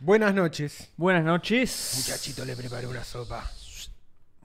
Buenas noches. Buenas noches. Muchachito, le preparé una sopa.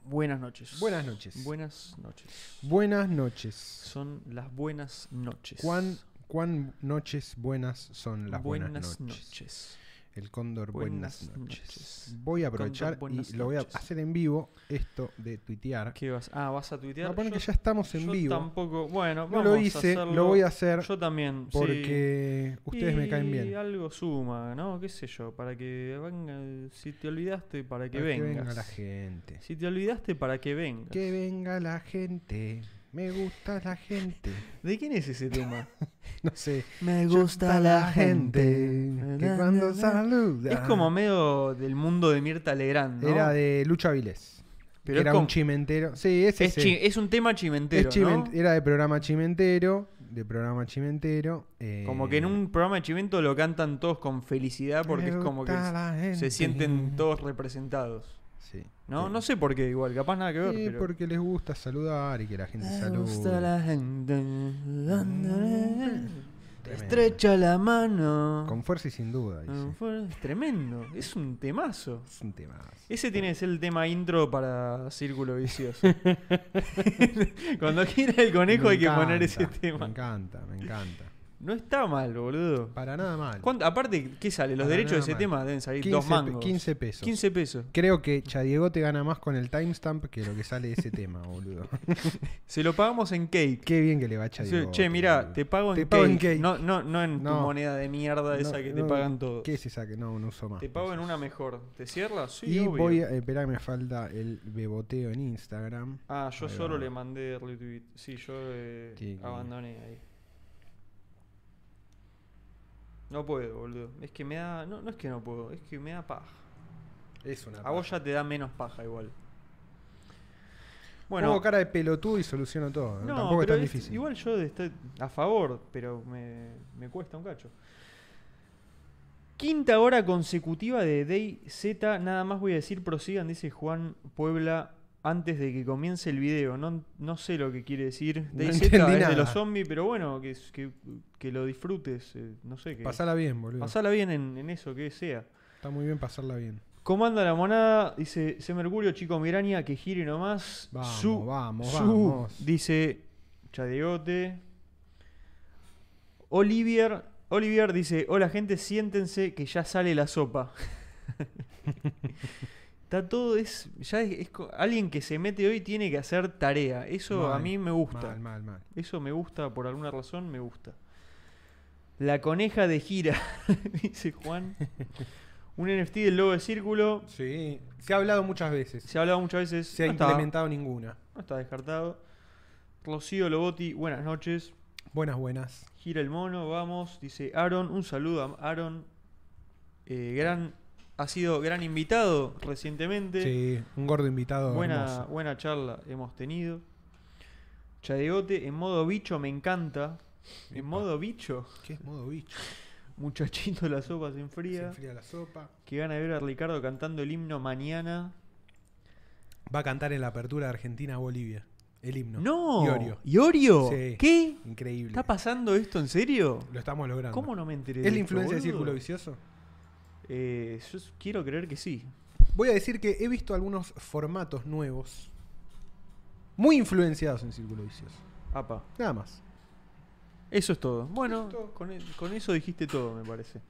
Buenas noches. Buenas noches. Buenas noches. Buenas noches. Son las buenas noches. ¿Cuán, cuán noches buenas son las buenas, Buenas noches? noches. El cóndor, buenas, Buenas noches. noches. Voy a aprovechar Cóndor, y buenas lo voy a noches. hacer en vivo esto de tuitear. ¿Qué vas? Ah, vas a tuitear. No, ponen Yo- que ya estamos en yo vivo. tampoco. No Bueno, vamos lo hice, a hacerlo. lo voy a hacer Yo también. sí. porque ustedes me caen Y bien. algo suma, ¿no? ¿Qué sé yo? Para que venga. Si te olvidaste, para que Para vengas. venga la gente. Si te olvidaste, para que vengas. Que venga la gente. Me gusta la gente. ¿De quién es ese tema? No sé. Me Que cuando saluda. Es como medio del mundo de Mirta Legrand, ¿no? Ah. Era de Lucha Vilés. Pero que es era con- un chimentero. Sí, ese es, sí. chi- es un tema chimentero, Es chimen- ¿no? Era de programa chimentero. De programa chimentero. eh, Como que en un programa de Chimento lo cantan todos con felicidad porque Me es como que gusta la gente. se sienten todos representados. Sí. ¿No? Sí. No sé por qué, igual, capaz nada que ver. Sí, pero... porque les gusta saludar y que la gente Me salude. gusta la gente, dándole, te Tremendo. estrecha la mano. Con fuerza y sin duda. dice. Ah, fue- Es tremendo, es un temazo. Es un tema. Ese tiene que ser el tema intro para Círculo Vicioso. Cuando gira el conejo Me hay que poner ese encanta, Me tema. encanta, me encanta. No está mal, boludo. Para nada mal. ¿Cuánto- Aparte, ¿qué sale? Los Para derechos de nada ese mal. tema deben salir 15, dos mangos. 15 pesos. 15 pesos. Creo que Chadiego te gana más con el timestamp que lo que sale de ese tema, boludo. Se lo pagamos en cake. Qué bien que le va a Sí, Chadiego. che, mirá, te pago en Te cake. pago en cake. No, no, no en tu No. moneda de mierda esa que te pagan todos. ¿Qué es esa que no, no uso más? Te pago en una mejor. ¿Te cierras? Sí, y obvio. voy a. Esperá, me falta el beboteo en Instagram. Ah, yo Ahí solo va. le mandé retweet. Sí, yo eh, Sí, que- abandoné ahí. No puedo, boludo. Es que me da. No, no es que no puedo, es que me da paja. Es una. A vos paja. ya te da menos paja igual. Bueno, Bueno, Pongo cara de pelotudo y soluciono todo. ¿no? no, Tampoco es pero tan es- difícil. Igual yo estoy a favor, pero me, me cuesta un cacho. Quinta hora consecutiva de Day Z. Nada más voy a decir, prosigan, dice Juan Puebla. Antes de que comience el video, no, no sé lo que quiere decir. No Day entendí Z es nada. de los zombies, pero bueno, que, es- que, que lo disfrutes. eh, no sé qué. Pasala bien, boludo. Pasala bien en, en eso que sea. Está muy bien pasarla bien. Comanda la monada, dice ese Mercurio, chico Miraña, que gire nomás. Vamos, Su- vamos, su, vamos. Dice Chadeote. Olivier, Olivier dice, hola gente, siéntense que ya sale la sopa. Está todo, es, ya es, es co- alguien que se mete hoy tiene que hacer tarea. Eso a Mal, mí me gusta. Mal, mal, mal. Eso me gusta, por alguna razón me gusta. La coneja de gira, dice Juan. Un NFT del logo de círculo. Sí. Se ha hablado muchas veces. Se ha hablado muchas veces. Se ha no, está, implementado ninguna. no está descartado. Rocío Loboti, buenas noches. Buenas, buenas. Gira el mono, vamos. Dice Aaron, un saludo a Aaron. Eh, gran, ha sido gran invitado recientemente. Sí, un gordo invitado. este. Buena, hermoso. buena charla hemos tenido. Chadegote, en modo bicho me encanta. En Epa. modo bicho. ¿Qué es modo bicho? Muchachito, la sopa se Se enfría. enfría la sopa. Que van a ver a Ricardo cantando el himno mañana. Va a cantar en la apertura de Argentina-Bolivia. El himno. ¡No! Iorio. ¿Iorio? Sí. ¿Qué? Increíble. ¿Está pasando esto en serio? Lo estamos logrando. ¿Cómo no me enteré? de ¿Es la esto, influencia del boludo? círculo vicioso? Eh, yo s- quiero creer que sí. Voy a decir que he visto algunos formatos nuevos. Muy influenciados en círculo vicioso. Apa. Nada más. Eso es todo. Eso Bueno, es todo. Con, e- con eso dijiste todo, me parece.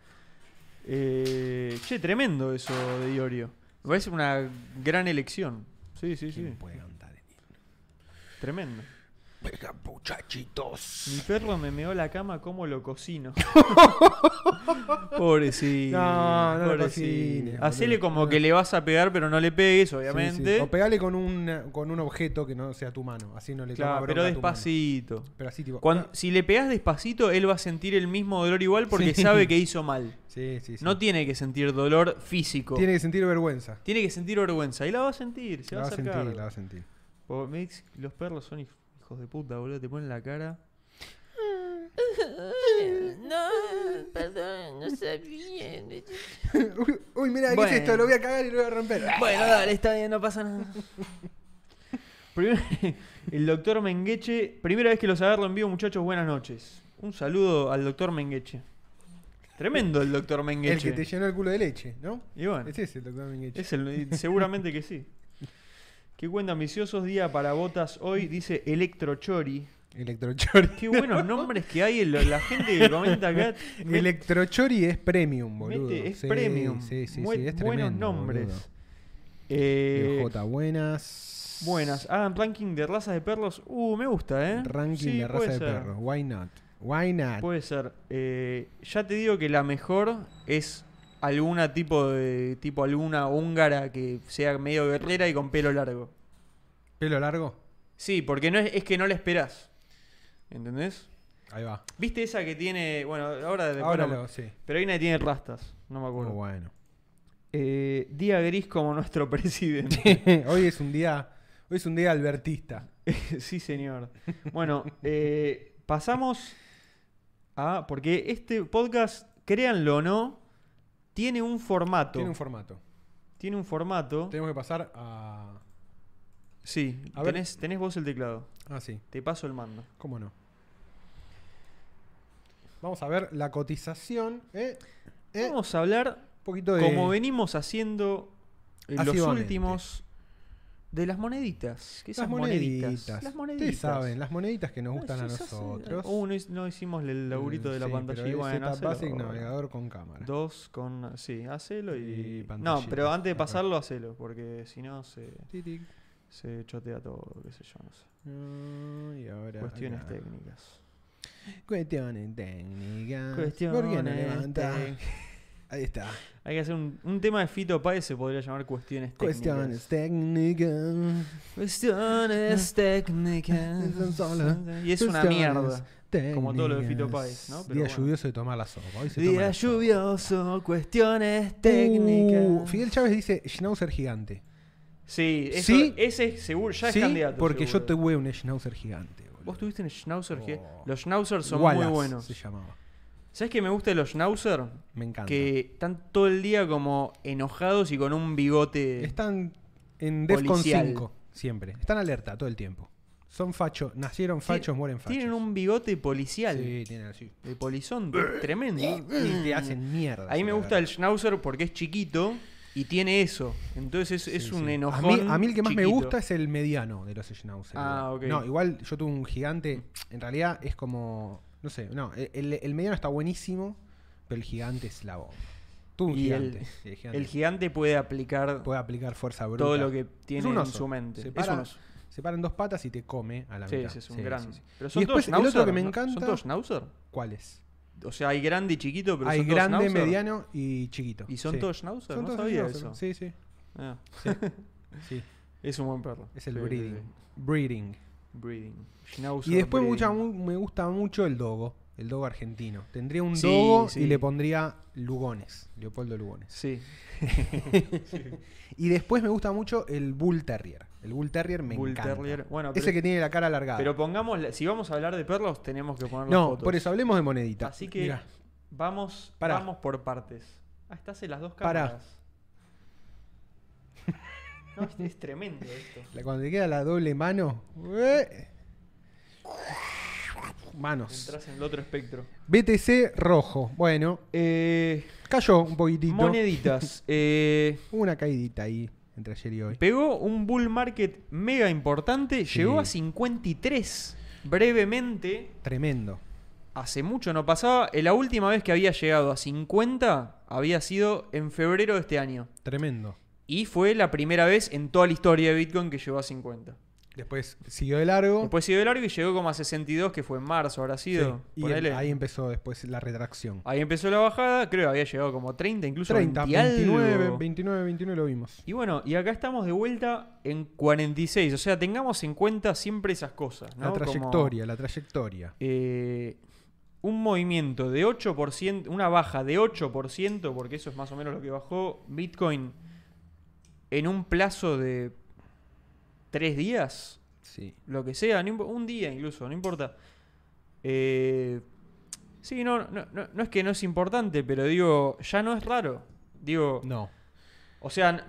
Eh, che, tremendo eso de Iorio. Me parece una gran elección. Sí, sí, sí. ¿Quién puede cantar el himno? Tremendo. Venga, muchachitos. Mi perro me meó la cama como lo cocino. Pobrecito. No, no lo pobrecito. cocines, Hacele boludo. como que le vas a pegar, pero no le pegues, Sí, obviamente. sí. O pegale con un, con un objeto que no sea tu mano. Así no le Claro, toma bronca pero a tu mano. despacito. Pero así tipo. Cuan- ah, si le pegas despacito, él va a sentir el mismo dolor igual porque Sí. sabe que hizo mal. Sí, sí, sí. No tiene que sentir dolor físico. Tiene que sentir vergüenza. Tiene que sentir vergüenza. Y la va a sentir, se la va a va a sentir, acercar. la va a sentir. Po- me dice que Los perros son hij- hijos de puta, boludo. Te ponen la cara. No, perdón, no sabía. uy, uy, mira, ¿qué Bueno. Ah, es esto? Lo voy a cagar y lo voy a romper. Bueno, dale, está bien, no pasa nada. Primero- el doctor Mengueche, primera vez que los agarro en vivo, muchachos, buenas noches. Un saludo al doctor Mengueche. Tremendo el doctor Mengeche. El que te llenó el culo de leche, ¿no? Y bueno, Ese es el doctor Mengeche. es el- seguramente que sí. Qué cuenta ambiciosos día para botas hoy, dice Electrochori. Electrochori. Qué buenos nombres que hay, lo- la gente que comenta acá. me- Electrochori es premium, mete- boludo. es Sí, premium. Sí, sí, Muy sí, es buenos tremendo, boludo. nombres. Eh, BJ, buenas. buenas. Hagan ranking de razas de perros. Uh, me gusta, ¿eh? Ranking Sí, de raza puede de ser. perros. Why not? Why not? Puede ser. Eh, ya te digo que la mejor es alguna tipo de tipo alguna húngara que sea medio guerrera y con pelo largo. ¿Pelo largo? Sí, porque no es, es que no la esperás. ¿Entendés? Ahí va. ¿Viste esa que tiene, bueno, ahora después Ahora no- lo, sí. pero hay una que tiene rastas, no me acuerdo. Muy bueno. Eh, día gris como nuestro presidente. hoy es un día, hoy es un día albertista. sí, señor. Bueno, eh, pasamos a. Porque este podcast, créanlo o no, tiene un formato. Tiene un formato. Tiene un formato. Tenemos que pasar a. Sí, A ver. tenés, tenés vos el teclado. Ah, sí. Te paso el mando. ¿Cómo no? Vamos a ver la cotización. ¿eh? ¿eh? Vamos a hablar, Un poquito de. como venimos haciendo en los Asiduamente. últimos, de las moneditas. ¿Qué las esas moneditas. moneditas? Las moneditas. Ustedes saben, las moneditas que nos Ah, gustan a esas, eh, nosotros. Mm, Uh, no, hic- no hicimos el laurito de la Sí, pantalla. pero bueno, es hacelo. basic navegador con cámara. Dos con. Sí, hacelo y. Y no, pantallitas. pero antes de Acá. pasarlo, hacelo, porque si no se, Tic, tic. se chotea todo, qué sé yo, no sé. Ah, y ahora Cuestiones acá. técnicas. Cuestiones técnicas. Cuestiones. ¿Por qué no levanta? tec- Ahí está. Hay que hacer un, un tema de Fito Páez, se podría llamar Cuestiones técnicas. Cuestiones técnicas. Cuestiones técnicas. Son solo Y es una cuestiones mierda. Como todo lo de Fito Páez, ¿no? técnicas. Pero Día bueno. lluvioso de tomar la sopa. Hoy se toma Día la sopa. lluvioso, cuestiones técnicas. Uh, Fidel Chávez dice Schnauzer gigante. Sí, eso- Sí. ese es seguro, ya Sí, es candidato. porque yo seguro. tuve un Schnauzer gigante. boludo. Vos tuviste un Schnauzer. que- Oh. Los Schnauzers son Wallace muy buenos. Se llamaba. ¿Sabes qué me gusta de los Schnauzer? Me encanta. Que están todo el día como enojados y con un bigote. Están en Defcon Policial. 5 siempre. Están alerta todo el tiempo. Son fachos. Nacieron fachos, mueren fachos. Tienen un bigote policial. Sí, tienen así. De polizonte. tremendo. Y te hacen mierda. A mí si me la gusta el verdad. Schnauzer porque es chiquito y tiene eso. Entonces es, es Sí, un sí. enojón. A mí, a mí el que más me chiquito. gusta es el mediano de los Schnauzer. Ah, igual. ok. Mm. No, igual yo tuve un gigante. En realidad es como. No sé, no. e-, El, el mediano está buenísimo, pero el gigante es la bomba. Tuve un Y el- gigante. y El gigante puede aplicar puede aplicar fuerza bruta. todo lo que tiene un en oso. su mente. Se Es para- un oso. Se paran dos patas y te come a la Sí, mitad. ese es un Sí, gran. sí, sí. Pero Y son después, todos el otro Schnauzer, que me ¿no? encanta- ¿Son todos Schnauzer? ¿Cuál es? O sea, hay grande y chiquito, pero Hay son todos grande, Schnauzer. mediano y chiquito. ¿Y son Sí. todos Schnauzer? Son no todos sabía Schnauzer. eso. Sí, sí. Ah, sí. es un buen perro. Es el Sí, sí, breeding. sí. Breeding. Breeding. Schnauzer Y después breeding. mucha- mu- me gusta mucho el dogo. El dogo argentino. Tendría un Sí, dogo sí. y le pondría Lugones. Leopoldo Lugones. Sí. Y después me gusta mucho el Bull Terrier. El Bull Terrier me Bull encanta. Terrier. Bueno, pero, Ese que tiene la cara alargada. pero pongamos, la- si vamos a hablar de perros, tenemos que poner las no, fotos. por eso hablemos de monedita. Así que Mirá, vamos, Pará. vamos por partes. Ah, estás en las dos Pará. cámaras. No, es, es tremendo esto. la- cuando te queda la doble mano. ¡eh! Manos. Entrás en el otro espectro. BTC rojo. Bueno, Eh, cayó un poquitito. moneditas. Eh, Hubo una caidita ahí entre ayer y hoy. pegó un bull market mega importante. Sí. Llegó a 53 brevemente. Tremendo. Hace mucho no pasaba. Eh, La última vez que había llegado a 50 había sido en febrero de este año. Tremendo. Y fue la primera vez en toda la historia de Bitcoin que llegó a 50. Después siguió de largo. Después siguió de largo y llegó como a 62, que fue en marzo, habrá Sí, sido. y Ponele. el- ahí ahí... empezó después la retracción. empezó la bajada, creo que había llegado como a 30, incluso 30, 20 algo. 29, 29, 29 lo vimos. Y bueno, y acá estamos de vuelta en 46. O sea, tengamos en cuenta siempre esas cosas. ¿no? La Como, trayectoria, la trayectoria. eh, un movimiento de 8%, una baja de 8%, porque eso es más o menos lo que bajó Bitcoin en un plazo de 3 días. Sí. lo que sea, no impo- un día incluso, no importa. Eh, sí, no, no, no, no es que no es importante, pero digo, ya no es raro. Digo, No. o sea, n-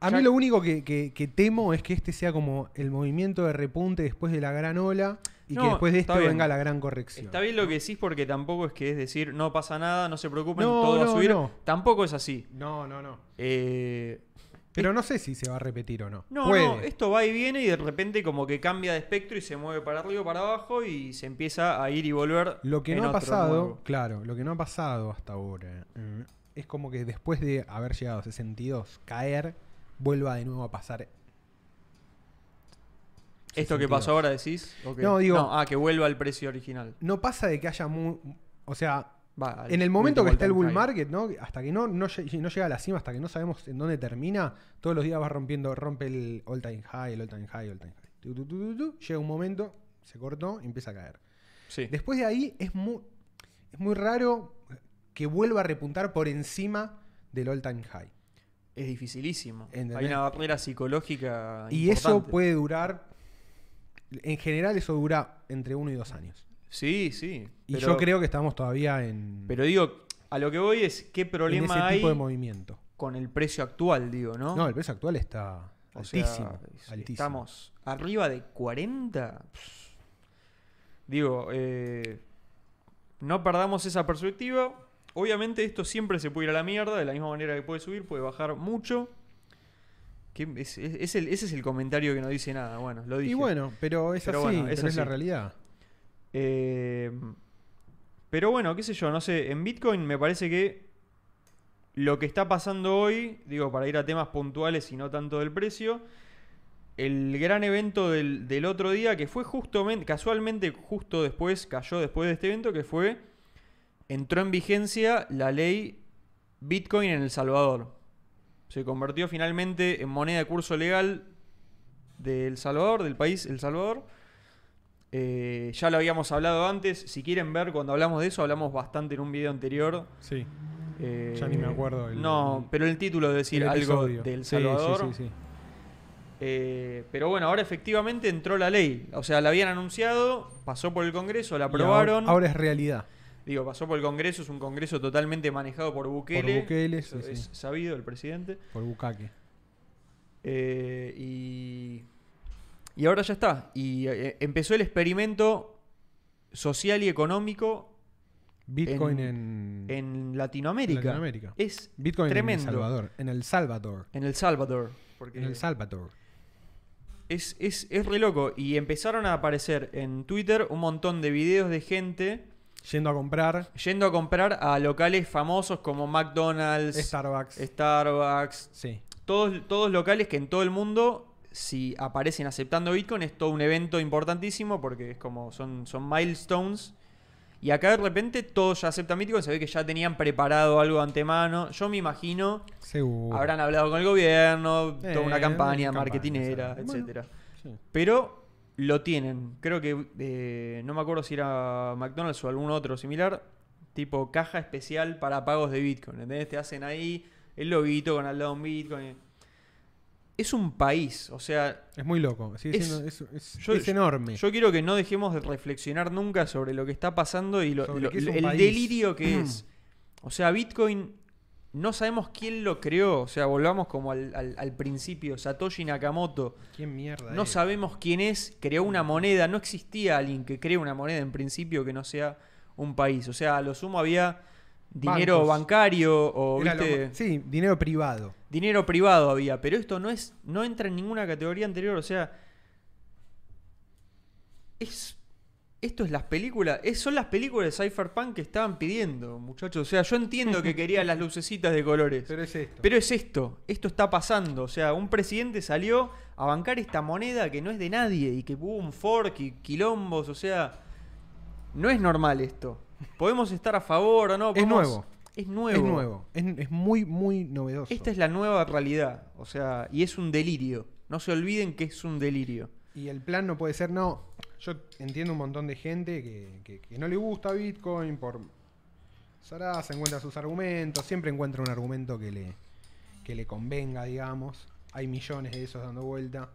A ya- mí lo único que, que- que temo es que este sea como el movimiento de repunte después de la gran ola. Y No, que después de está esto bien. venga la gran corrección. Está bien lo que decís porque tampoco es que es decir, no pasa nada, no se preocupen, No, todo va no, a subir. no. Tampoco es así. No, no, no. Eh, Pero no sé si se va a repetir o no. no, Puede. no, esto va y viene y de repente como que cambia de espectro y se mueve para arriba o para abajo y se empieza a ir y volver. Lo que en no ha otro pasado, nuevo. claro, lo que no ha pasado hasta ahora eh, es como que después de haber llegado a 62, caer, vuelva de nuevo a pasar. Esto que 62. pasó ahora decís. ¿O qué? No, digo- ah, que vuelva al precio original. No pasa de que haya muy. O sea, Va, al en el momento que último está el all-time bull high. market, ¿no? Hasta que no, no, lle- no llega a la cima, hasta que no sabemos en dónde termina, todos los días va rompiendo, rompe el all time high, el all time high, all time high. Tu, tu, tu, tu, tu. Llega un momento, se cortó y empieza a caer. Sí. Después de ahí es muy, es muy raro que vuelva a repuntar por encima del all time high. Es dificilísimo. Hay ¿Entendés? una barrera psicológica. Y eso Ah, importante. puede durar, en general eso dura entre uno y dos años. Sí, sí. Y pero- yo creo que estamos todavía en, Pero digo, a lo que voy es qué en ese problema hay tipo de movimiento. con el precio actual, digo, ¿no? No, el precio actual está O sea, altísimo, si altísimo. Estamos arriba de 40. pff, Digo, eh, no perdamos esa perspectiva. Obviamente esto siempre se puede ir a la mierda, de la misma manera que puede subir, puede bajar mucho. Que es- es- es el- ese es el comentario que no dice nada. Bueno, lo dije. Y bueno, pero es Pero así, bueno, es pero es la así. realidad. Eh, pero bueno, qué sé yo, no sé. En Bitcoin me parece que lo que está pasando hoy, digo, para ir a temas puntuales y no tanto del precio, el gran evento del, del otro día, que fue justamente, casualmente, justo después, cayó después de este evento, que fue, entró en vigencia la ley Bitcoin en El Salvador. Se convirtió finalmente en moneda de curso legal de El Salvador, del país El Salvador. Eh, ya lo habíamos hablado antes. Si quieren ver, cuando hablamos de eso, hablamos bastante en un video anterior. Sí, Eh, Ya ni me acuerdo el- no, pero el título de decir algo del Salvador. Eh, pero bueno, ahora efectivamente entró la ley. O sea, la habían anunciado, pasó por el Congreso, la aprobaron. Ahora, es realidad. Digo, pasó por el Congreso, es un Congreso totalmente manejado por Bukele. Por Bukele, Eso sí, es sí. sabido, el presidente. Por bucaque. Eh, y, y ahora ya está. Y eh, empezó el experimento social y económico Bitcoin En- en, en Latinoamérica. Latinoamérica. Es Bitcoin tremendo. en El Salvador. En El Salvador. en El Salvador. Porque En El Salvador. Es, es, es re loco. Y empezaron a aparecer en Twitter un montón de videos de gente Yendo a comprar yendo a comprar a locales famosos como McDonald's, Starbucks. Starbucks, sí. todos, todos locales que en todo el mundo, si aparecen aceptando Bitcoin, es todo un evento importantísimo porque es como son, son milestones. Y acá de repente todos ya aceptan Bitcoin, se ve que ya tenían preparado algo de antemano. Yo me imagino, Seguro. habrán hablado con el gobierno, Uh. Eh, toda una campaña campaña, marketinera, exacto. etcétera. Sí. Pero lo tienen. Creo que eh, no me acuerdo si era McDonald's o algún otro similar. Tipo caja especial para pagos de Bitcoin. ¿Entendés? Te hacen ahí el loguito con al lado un Bitcoin. Es un país. O sea, Es muy loco. sigue Es- siendo- es, es- yo- es enorme. yo quiero que no dejemos de reflexionar nunca sobre lo que está pasando y lo- Sobre lo- que es un el país. delirio que es. O sea, Bitcoin no sabemos quién lo creó. O sea, volvamos como al, al- al principio. Satoshi Nakamoto. ¿Qué mierda No es? sabemos quién es, creó una moneda, no existía alguien que cree una moneda en principio que no sea un país. O sea, a lo sumo había dinero Bancos. bancario o Era lo ¿viste? más- Sí, dinero privado. dinero privado había, pero esto no es no entra en ninguna categoría anterior, o sea, es esto es las películas, es- son las películas de Cypherpunk que estaban pidiendo, muchachos. O sea, yo entiendo que querían las lucecitas de colores. Pero es esto. Pero es esto, esto está pasando. O sea, un presidente salió a bancar esta moneda que no es de nadie y que hubo un fork y quilombos. O sea, no es normal esto. Podemos estar a favor o no. Es podemos- nuevo. Es nuevo. Es nuevo. Es, es muy, muy novedoso. Esta es la nueva realidad. O sea, y es un delirio. No se olviden que es un delirio. Y el plan no puede ser, no. Yo entiendo un montón de gente que, que- que no le gusta Bitcoin por. Sarasa encuentra sus argumentos, siempre encuentra un argumento que le, que le convenga, digamos. Hay millones de esos dando vuelta,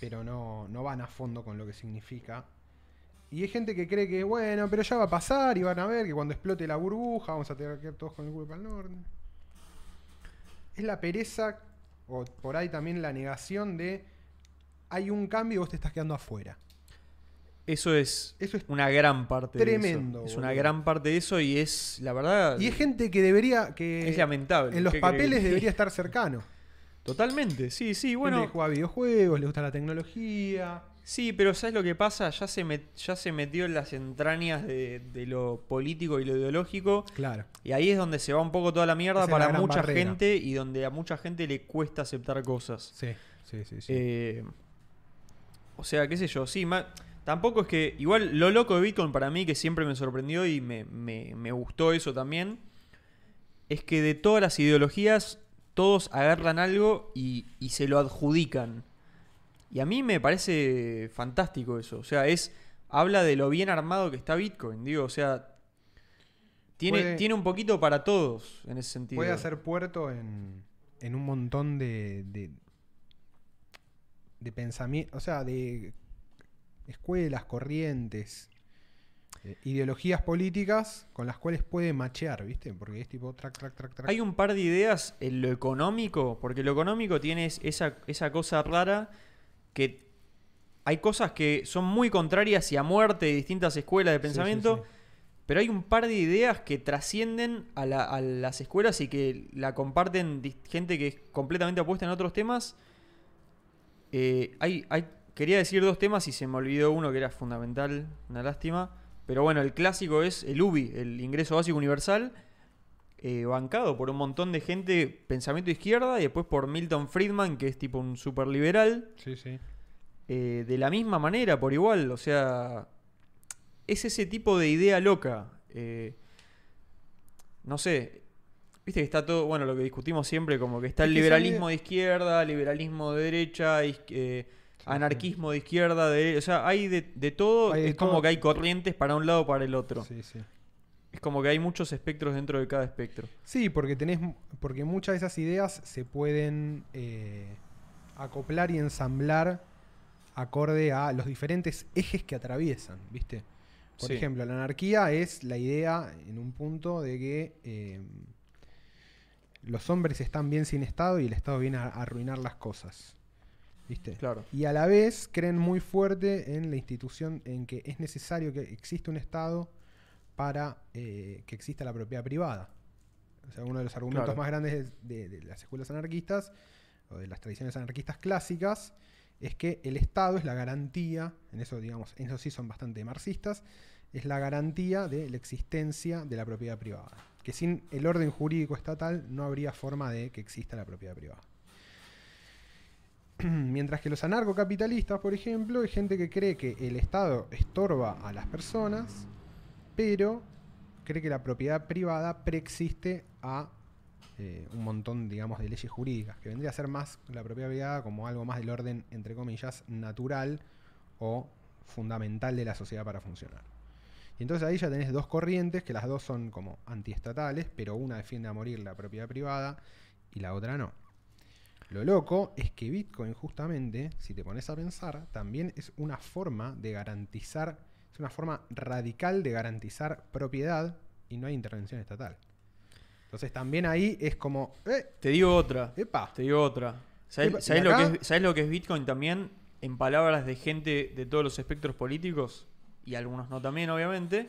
pero no, no van a fondo con lo que significa. Y hay gente que cree que, bueno, pero ya va a pasar y van a ver que cuando explote la burbuja vamos a tener que ir todos con el culo para el norte. Es la pereza, o por ahí también la negación de hay un cambio y vos te estás quedando afuera. Eso es Eso es una gran parte Tremendo, de eso. Es una boludo. gran parte de eso y es, la verdad, Y es gente que debería. Que Ah, es lamentable. En los ¿Qué querés que papeles te debería diga? estar cercano. Totalmente, sí, sí, Bueno, bueno. juega a videojuegos, le gusta la tecnología. Sí, pero ¿sabes lo que pasa? Ya se, met- ya se metió en las entrañas de, de lo político y lo ideológico. Claro. Y ahí es donde se va un poco toda la mierda Esa es la para gran mucha barrera. gente y donde a mucha gente le cuesta aceptar cosas. Sí, sí, sí. sí. Eh, o sea, qué sé yo, sí, ma- tampoco es que. Igual lo loco de Bitcoin para mí, que siempre me sorprendió y me, me- me gustó eso también, es que de todas las ideologías, todos agarran algo y, y se lo adjudican. Y a mí me parece fantástico eso. O sea, es. Habla de lo bien armado que está Bitcoin, digo, o sea. Tiene, Puede- tiene un poquito para todos en ese sentido. Puede hacer puerto en, en un montón de. de, de pensamiento. O sea, de escuelas, corrientes. eh, ideologías políticas con las cuales puede machear, ¿viste? Porque es tipo track, track, track, track. Hay un par de ideas en lo económico, porque lo económico tiene es- esa, esa cosa rara que hay cosas que son muy contrarias y a muerte de distintas escuelas de sí, pensamiento, sí. pero hay un par de ideas que trascienden a, la- a las escuelas y que la comparten dis- gente que es completamente opuesta en otros temas. Eh, hay, hay- quería decir dos temas y se me olvidó uno que era fundamental, una lástima. Pero bueno, el clásico es el UBI, el ingreso básico universal, eh, bancado por un montón de gente, pensamiento de izquierda, y después por Milton Friedman, que es tipo un super liberal. Sí, sí. Eh, de la misma manera, por igual. O sea, es ese tipo de idea loca. Eh, no sé. Viste que está todo, bueno, lo que discutimos siempre, como que está Es el que esa liberalismo idea- de izquierda, liberalismo de derecha, is- eh, anarquismo de izquierda, de, o sea, hay de, de todo, Hay de es como todo. que hay corrientes para un lado o para el otro. Sí, sí. Es como que hay muchos espectros dentro de cada espectro. Sí, porque tenés, porque muchas de esas ideas se pueden eh, acoplar y ensamblar acorde a los diferentes ejes que atraviesan, ¿viste? Por Sí. ejemplo, la anarquía es la idea en un punto de que eh, los hombres están bien sin Estado y el Estado viene a arruinar las cosas. ¿Viste? Claro. Y a la vez creen muy fuerte en la institución en que es necesario que exista un Estado para eh, que exista la propiedad privada. O sea, uno de los argumentos Claro. más grandes de, de- de las escuelas anarquistas o de las tradiciones anarquistas clásicas es que el Estado es la garantía, en eso digamos, en eso sí son bastante marxistas, es la garantía de la existencia de la propiedad privada. Que sin el orden jurídico estatal no habría forma de que exista la propiedad privada. Mientras que los anarcocapitalistas, por ejemplo, hay gente que cree que el Estado estorba a las personas, pero cree que la propiedad privada preexiste a eh, un montón, digamos, de leyes jurídicas, que vendría a ser más la propiedad privada como algo más del orden, entre comillas, natural o fundamental de la sociedad para funcionar. Y entonces ahí ya tenés dos corrientes, que las dos son como antiestatales, pero una defiende a morir la propiedad privada y la otra no. Lo loco es que Bitcoin justamente, si te pones a pensar, también es una forma de garantizar, es una forma radical de garantizar propiedad y no hay intervención estatal. Entonces también ahí es como, eh, Te digo otra. epa, Te digo otra. ¿Sabés, Epa, y sabés lo acá- que es, sabés lo que es Bitcoin también? En palabras de gente de todos los espectros políticos, y algunos no también, obviamente,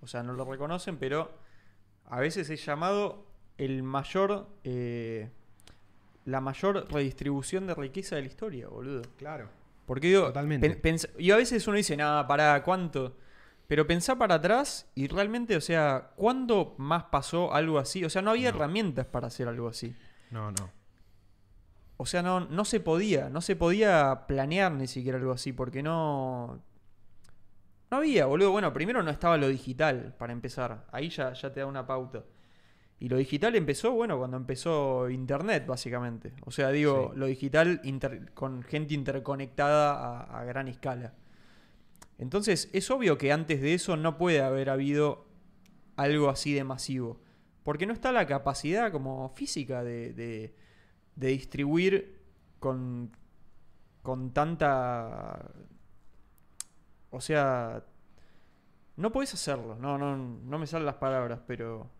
o sea, no lo reconocen, pero a veces es llamado el mayor. eh, la mayor redistribución de riqueza de la historia, boludo. claro. Porque digo, Totalmente. pen- pensa- y a veces uno dice, nada, pará, ¿cuánto? Pero pensá para atrás y realmente, o sea, ¿cuándo más pasó algo así? O sea, no había No. herramientas para hacer algo así. No, no. O sea, no, no se podía, no se podía planear ni siquiera algo así, porque no. No había, boludo. Bueno, primero no estaba lo digital, para empezar. Ahí ya, ya te da una pauta. Y lo digital empezó, bueno, cuando empezó Internet, básicamente. O sea, digo, Sí. lo digital inter- con gente interconectada a, a gran escala. Entonces, es obvio que antes de eso no puede haber habido algo así de masivo. Porque no está la capacidad como física de, de- de distribuir con, con tanta... O sea, no podés hacerlo. No, no, no me salen las palabras, pero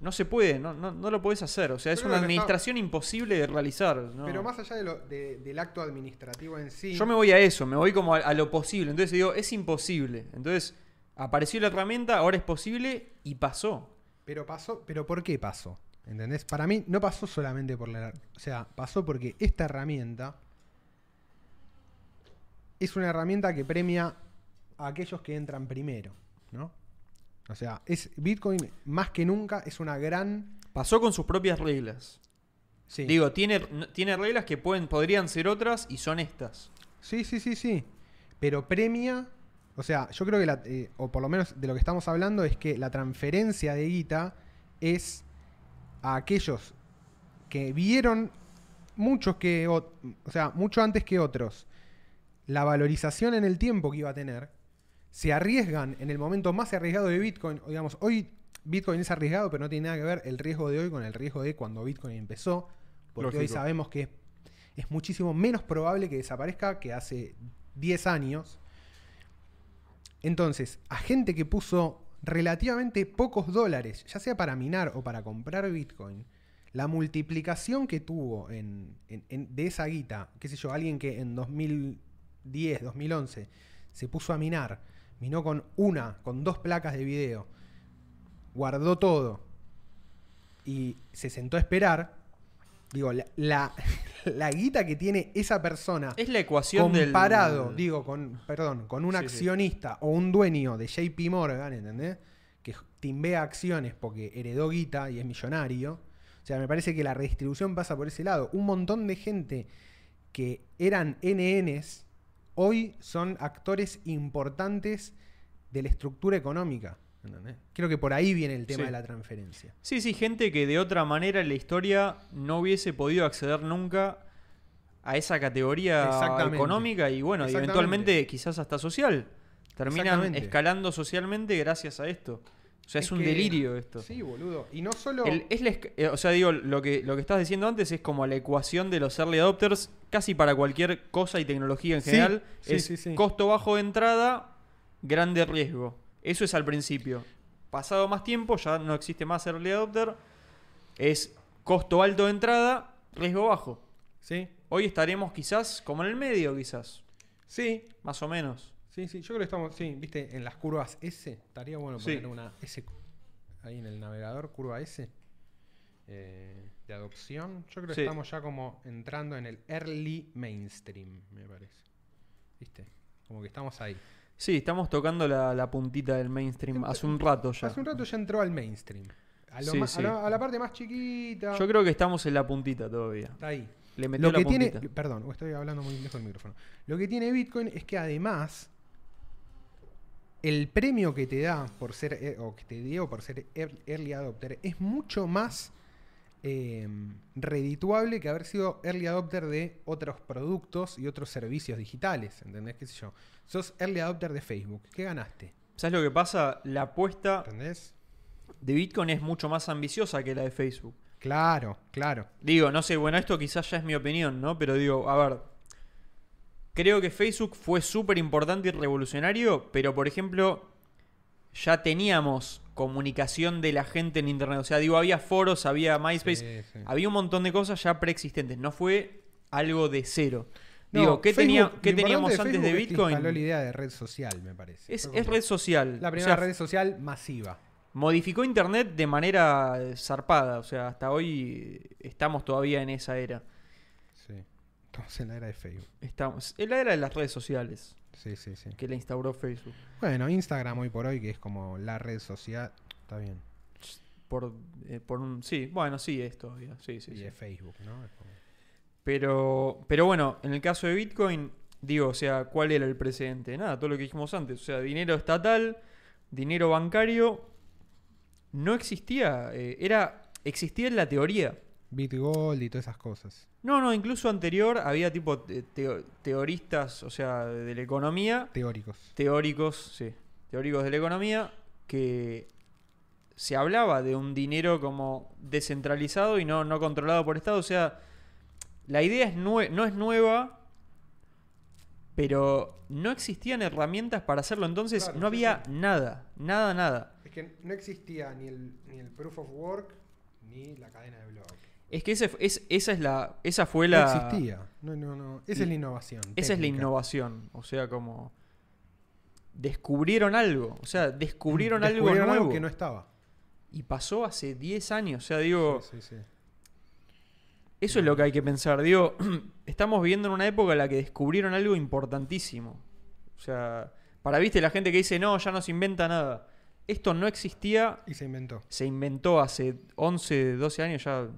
No se puede, no, no, no lo podés hacer. O sea, es Pero una lo que está- administración imposible de realizar. ¿no? Pero más allá de lo- de- del acto administrativo en sí. Yo me voy a eso, me voy como a, a lo posible. Entonces digo, es imposible. Entonces, apareció la herramienta, ahora es posible y pasó. Pero pasó, pero ¿por qué pasó? ¿Entendés? Para mí no pasó solamente por la... O sea, pasó porque esta herramienta es una herramienta que premia a aquellos que entran primero, ¿no? O sea, es Bitcoin más que nunca es una gran... Pasó con sus propias reglas. Sí. Digo, tiene, no- tiene reglas que pueden, podrían ser otras y son estas. Sí, sí, sí, sí. Pero premia... O sea, yo creo que la... eh, o por lo menos de lo que estamos hablando es que la transferencia de guita es a aquellos que vieron muchos que o, o sea, mucho antes que otros la valorización en el tiempo que iba a tener, se arriesgan en el momento más arriesgado de Bitcoin, O digamos, hoy Bitcoin es arriesgado, pero no tiene nada que ver el riesgo de hoy con el riesgo de cuando Bitcoin empezó, porque hoy Lógico. sabemos que es, es muchísimo menos probable que desaparezca que hace 10 años. Entonces, a gente que puso relativamente pocos dólares, ya sea para minar o para comprar Bitcoin, la multiplicación que tuvo en, en- en- de esa guita, qué sé yo, alguien que en 2010, 2011 se puso a minar, minó con una, con dos placas de video, guardó todo y se sentó a esperar, digo, la, la- la guita que tiene esa persona Es la ecuación del... comparado, digo, con, perdón, con un Sí, sí. accionista o un dueño de JP Morgan, ¿entendés? Que timbea acciones porque heredó guita y es millonario. O sea, me parece que la redistribución pasa por ese lado. Un montón de gente que eran NNs hoy son actores importantes de la estructura económica. ¿entendés? Creo que por ahí viene el tema Sí. de la transferencia. Sí, sí, gente que de otra manera en la historia no hubiese podido acceder nunca a esa categoría Exactamente. económica y bueno, y Exactamente. eventualmente quizás hasta social. Terminan Exactamente. escalando socialmente gracias a esto. O sea, es, un que- delirio esto. Sí, boludo. Y no solo... El- es la esca- eh, o sea, digo, lo que, lo que estás diciendo antes es como la ecuación de los early adopters, casi para cualquier cosa y tecnología en Sí, general. sí, es sí, sí. costo bajo de entrada, grande riesgo. Eso es al principio. Pasado más tiempo, ya no existe más early adopter. Es costo alto de entrada, riesgo bajo. Sí, Hoy estaremos quizás como en el medio, quizás. sí, Más o menos. Sí, sí, yo creo que estamos, sí, viste, en las curvas S, estaría bueno Sí. poner una S ahí en el navegador, curva S, eh, de adopción. Yo creo que Sí. estamos ya como entrando en el early mainstream, me parece. Viste, como que estamos ahí. Sí, estamos tocando la, la puntita del mainstream Empe- hace un rato ya. Hace un rato ya entró al mainstream, a, lo Sí, ma- a sí. la, a la parte más chiquita. Yo creo que estamos en la puntita todavía. Está ahí. Le metió Lo la que tiene, puntita. perdón, estoy hablando muy lejos del micrófono. Lo que tiene Bitcoin es que además el premio que te da por ser eh, o que te dio por ser ear- early adopter es mucho más eh, redituable que haber sido early adopter de otros productos y otros servicios digitales, ¿entendés? ¿Qué sé yo? Sos early adopter de Facebook, ¿qué ganaste? ¿Sabes lo que pasa? La apuesta ¿Entendés? de Bitcoin es mucho más ambiciosa que la de Facebook. Claro, claro. Digo, no sé, bueno, esto quizás ya es mi opinión, ¿no? Pero digo, a ver. Creo que Facebook fue súper importante y revolucionario, pero por ejemplo, ya teníamos comunicación de la gente en Internet. O sea, digo, había foros, había MySpace, Sí, sí. había un montón de cosas ya preexistentes. No fue algo de cero. No, Digo, ¿qué, Facebook- tenía- lo qué importante teníamos antes Facebook de es que instaló la Bitcoin? idea de red social, me parece. Es, Fue es como red social. La O primera sea, red social masiva. modificó Internet de manera eh, zarpada. O sea, hasta hoy eh, estamos todavía en esa era. Sí. Estamos en la era de Facebook. Estamos. Es la era de las redes sociales Sí, sí, sí. que la instauró Facebook. Bueno, Instagram hoy por hoy, que es como la red social. Está bien. Por, eh, por un, sí, bueno, sí, es todavía. Sí, sí, y sí. es Facebook, ¿no? Es como- Pero, pero bueno, en el caso de Bitcoin, digo, o sea, ¿cuál era el precedente? Nada, todo lo que dijimos antes. O sea, dinero estatal, dinero bancario. No existía. eh, era. Existía en la teoría. Bitgold y todas esas cosas. No, no, incluso anterior había tipo te- teo- teoristas, o sea, de la economía, Teóricos. teóricos, sí, teóricos de la economía, que se hablaba de un dinero como descentralizado y no, no controlado por Estado. O sea, la idea es nue- no es nueva, Pero no existían herramientas para hacerlo, entonces Claro, no sí, había sí. nada, nada, nada. Es que no existía ni el, ni el proof of work ni la cadena de blog. Es que ese, f- es, esa, es la, esa fue la... No existía. No, no, no. Esa es la innovación. Esa es la técnica. innovación. O sea, como. Descubrieron algo. O sea, descubrieron, Mm. Descubrieron algo nuevo. que no estaba. Y pasó hace 10 años. O sea, digo. Sí, sí, sí. Eso es lo que hay que pensar. Digo, estamos viviendo en una época en la que descubrieron algo importantísimo. O sea, para viste la gente que dice, no, ya no se inventa nada. Esto no existía Y se inventó. se inventó hace 11, 12 años ya,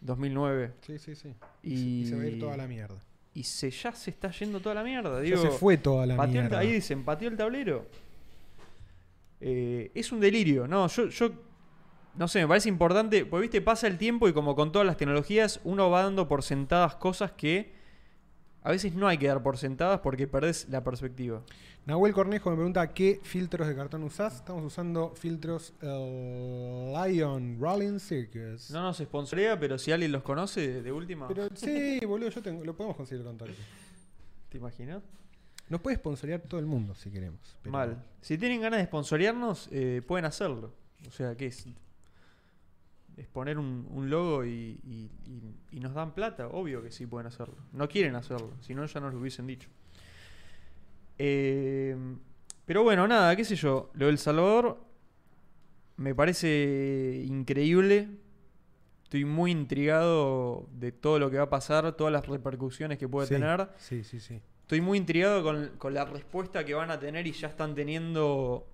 2009. Sí, sí, sí. Y, Y, se va a ir toda la mierda. y se, ya se está yendo toda la mierda. Ya Digo, se fue toda la pateó el ta- mierda. ahí dicen, pateó el tablero. Eh, es un delirio, ¿no? Yo, yo, no sé, me parece importante, porque viste, pasa el tiempo y como con todas las tecnologías, uno va dando por sentadas cosas que a veces no hay que dar por sentadas porque perdés la perspectiva. Nahuel Cornejo me pregunta qué filtros de cartón usás. Estamos usando filtros eh, Lion Rolling Circus. No nos sponsorea, pero si alguien los conoce, de última, Pero sí, boludo, yo tengo, lo podemos conseguir con Torque. ¿te imaginas? Nos puede sponsorear todo el mundo si queremos. pero- Mal. Si tienen ganas de sponsorearnos, eh, pueden hacerlo. O sea, ¿qué es? Es poner un, un logo y, y- y- y nos dan plata. Obvio que sí pueden hacerlo. No quieren hacerlo, si no ya nos lo hubiesen dicho. Eh, pero bueno, nada, qué sé yo. Lo del Salvador me parece increíble. Estoy muy intrigado de todo lo que va a pasar, todas las repercusiones que puede Sí, tener. Sí, sí, sí. Estoy muy intrigado con, con la respuesta que van a tener y ya están teniendo.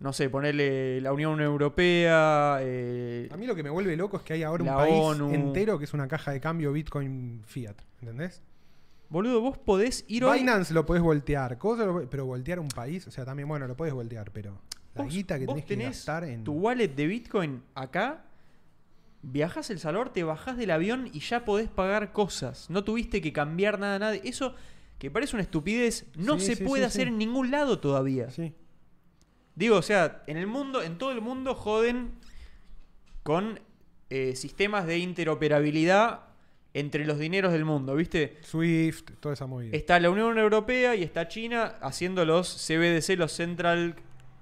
No sé, ponerle la Unión Europea. eh, A mí lo que me vuelve loco es que hay ahora La un país ONU. entero que es una caja de cambio Bitcoin Fiat. ¿Entendés? boludo, vos podés ir hoy. Binance lo podés voltear, cosas lo- pero voltear un país, o sea, también, bueno, lo podés voltear, pero la vos- guita que vos tenés, que gastar en. tu wallet de Bitcoin acá. Viajás el Salvador, te bajás del avión y ya podés pagar cosas. No tuviste que cambiar nada, nada. Eso que parece una estupidez, no Sí, se sí, puede sí, hacer sí. en ningún lado todavía. Sí. Digo, o sea, en el mundo, en todo el mundo joden con eh, sistemas de interoperabilidad entre los dineros del mundo, ¿viste? Swift, toda esa movida. Está la Unión Europea y está China haciendo los CBDC, los Central.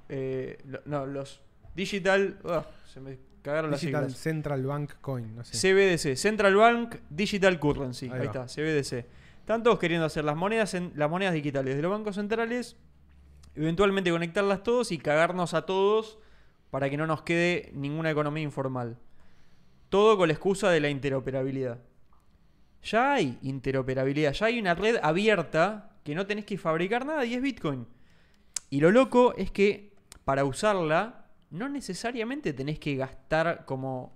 eh, lo- no, los Digital. ah, se me cagaron las Digital siglas. Central Bank Coin, no sé. CBDC, Central Bank Digital Currency. Ahí Ahí, va. está, CBDC. Están todos queriendo hacer las monedas, en, las monedas digitales de los bancos centrales, eventualmente conectarlas todos y cagarnos a todos para que no nos quede ninguna economía informal. Todo con la excusa de la interoperabilidad. Ya hay interoperabilidad, ya hay una red abierta que no tenés que fabricar nada y es Bitcoin. Y lo loco es que para usarla no necesariamente tenés que gastar como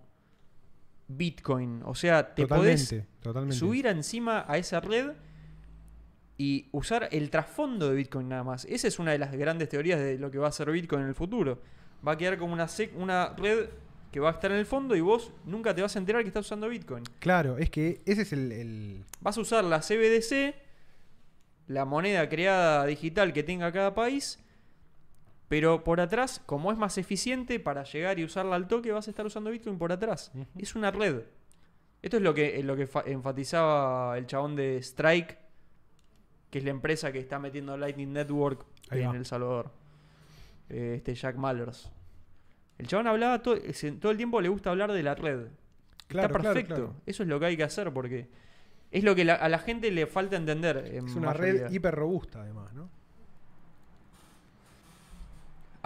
Bitcoin. O sea, te podés totalmente, totalmente. subir encima a esa red y usar el trasfondo de Bitcoin nada más. Esa es una de las grandes teorías de lo que va a ser Bitcoin en el futuro. Va a quedar como una, sec- una red que va a estar en el fondo y vos nunca te vas a enterar que estás usando Bitcoin. Claro, es que ese es el, el- Vas a usar la CBDC, la moneda creada digital que tenga cada país, pero por atrás, como es más eficiente para llegar y usarla al toque, vas a estar usando Bitcoin por atrás. Ujú. Es una red. Esto es lo que, lo que fa- enfatizaba el chabón de Strike, que es la empresa que está metiendo Lightning Network Ahí en va. El Salvador. Eh, Este Jack Mallers. El chabón hablaba todo, se- todo el tiempo, le gusta hablar de la red. Claro, Está claro, perfecto. claro. Eso es lo que hay que hacer porque es lo que la- a la gente le falta entender. en Es una mayoría. red hiper robusta, además, ¿no?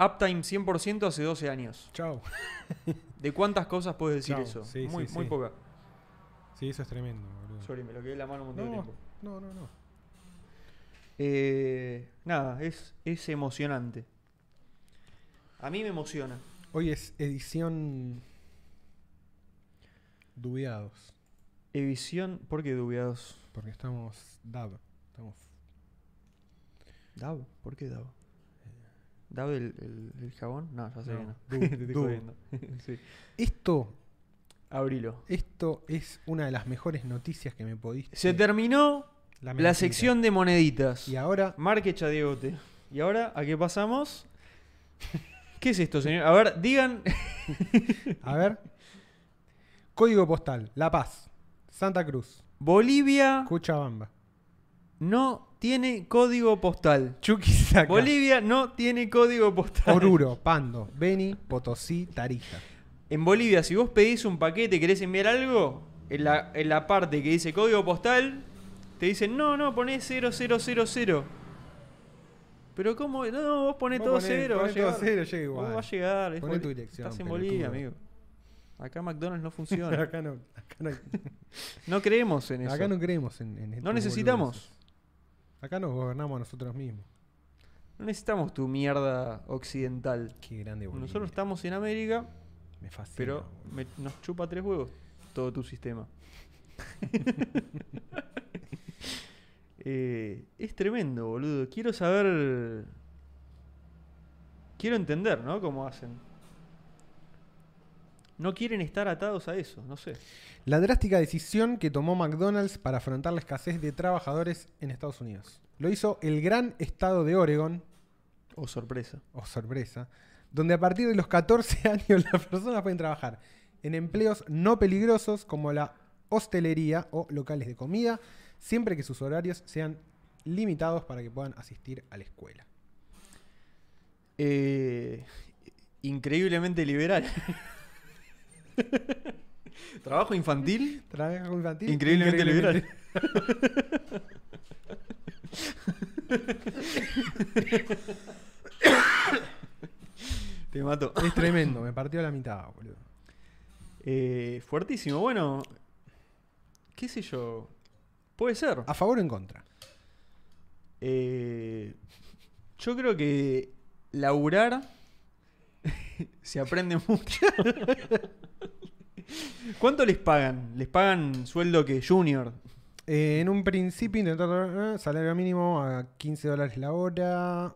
Uptime 100% hace 12 años. Chau. ¿De cuántas cosas puedes decir Chao. eso? Sí, muy sí, muy sí. poca. Sí, eso es tremendo, boludo. Sorry, me lo quedé la mano un montón de no, tiempo. no, no, no. Eh, nada, es, es emocionante. A mí me emociona. Hoy es edición. Dubiados. Edición, ¿por qué dubiados? Porque estamos DAB. Estamos Dab, ¿por qué Dab? ¿Dab el, el- el jabón? No, ya sé No, que no. Dub, Te estoy Dub. jodiendo. Sí. Esto, Abrilo. esto es una de las mejores noticias que me podiste. Se terminó la mentira. sección de moneditas. Y ahora, Marque Chadiegote. ¿Y ahora a qué pasamos? ¿Qué es esto, señor? A ver, digan. a ver. Código postal, La Paz, Santa Cruz, Bolivia. Cochabamba. no tiene código postal. Chucky saca. Bolivia no tiene código postal. Oruro, Pando, Beni, Potosí, Tarija. En Bolivia, si vos pedís un paquete, querés enviar algo, en la, en la parte que dice código postal, te dicen, no, no, ponés 0000. Pero ¿cómo? No, no, vos ponés Vos todo ponés- cero, va a ponés todo llegar. cero, llega ¿Cómo igual. va a llegar? Es Poné tu Boli- dirección, Estás en pelotudo. Bolivia, amigo. Acá McDonald's no funciona. acá, no, acá, no, hay- no creemos en eso. acá no creemos en, en No estos necesitamos. boludeces. Acá nos gobernamos a nosotros mismos. No necesitamos tu mierda occidental. Qué grande Bolivia. Nosotros estamos en América, Me fascina. pero boludo. me- nos chupa tres huevos todo tu sistema. Eh, es tremendo, boludo. Quiero saber. Quiero entender, ¿no? Cómo hacen. No quieren estar atados a eso, no sé. La drástica decisión que tomó McDonald's para afrontar la escasez de trabajadores en Estados Unidos. Lo hizo el gran estado de Oregon, O sorpresa. o sorpresa, donde a partir de los 14 años las personas pueden trabajar en empleos no peligrosos como la hostelería o locales de comida, siempre que sus horarios sean limitados para que puedan asistir a la escuela. Eh, increíblemente liberal. Trabajo infantil. Trabajo infantil. Increíblemente liberal. Te mato. Es tremendo, me partió la mitad, boludo. Eh, fuertísimo. Bueno, qué sé yo. Puede ser. ¿A favor o en contra? Eh, yo creo que laburar se aprende mucho. ¿Cuánto les pagan? ¿Les pagan sueldo que junior? Eh, en un principio intentó eh, salario mínimo a 15 dólares la hora.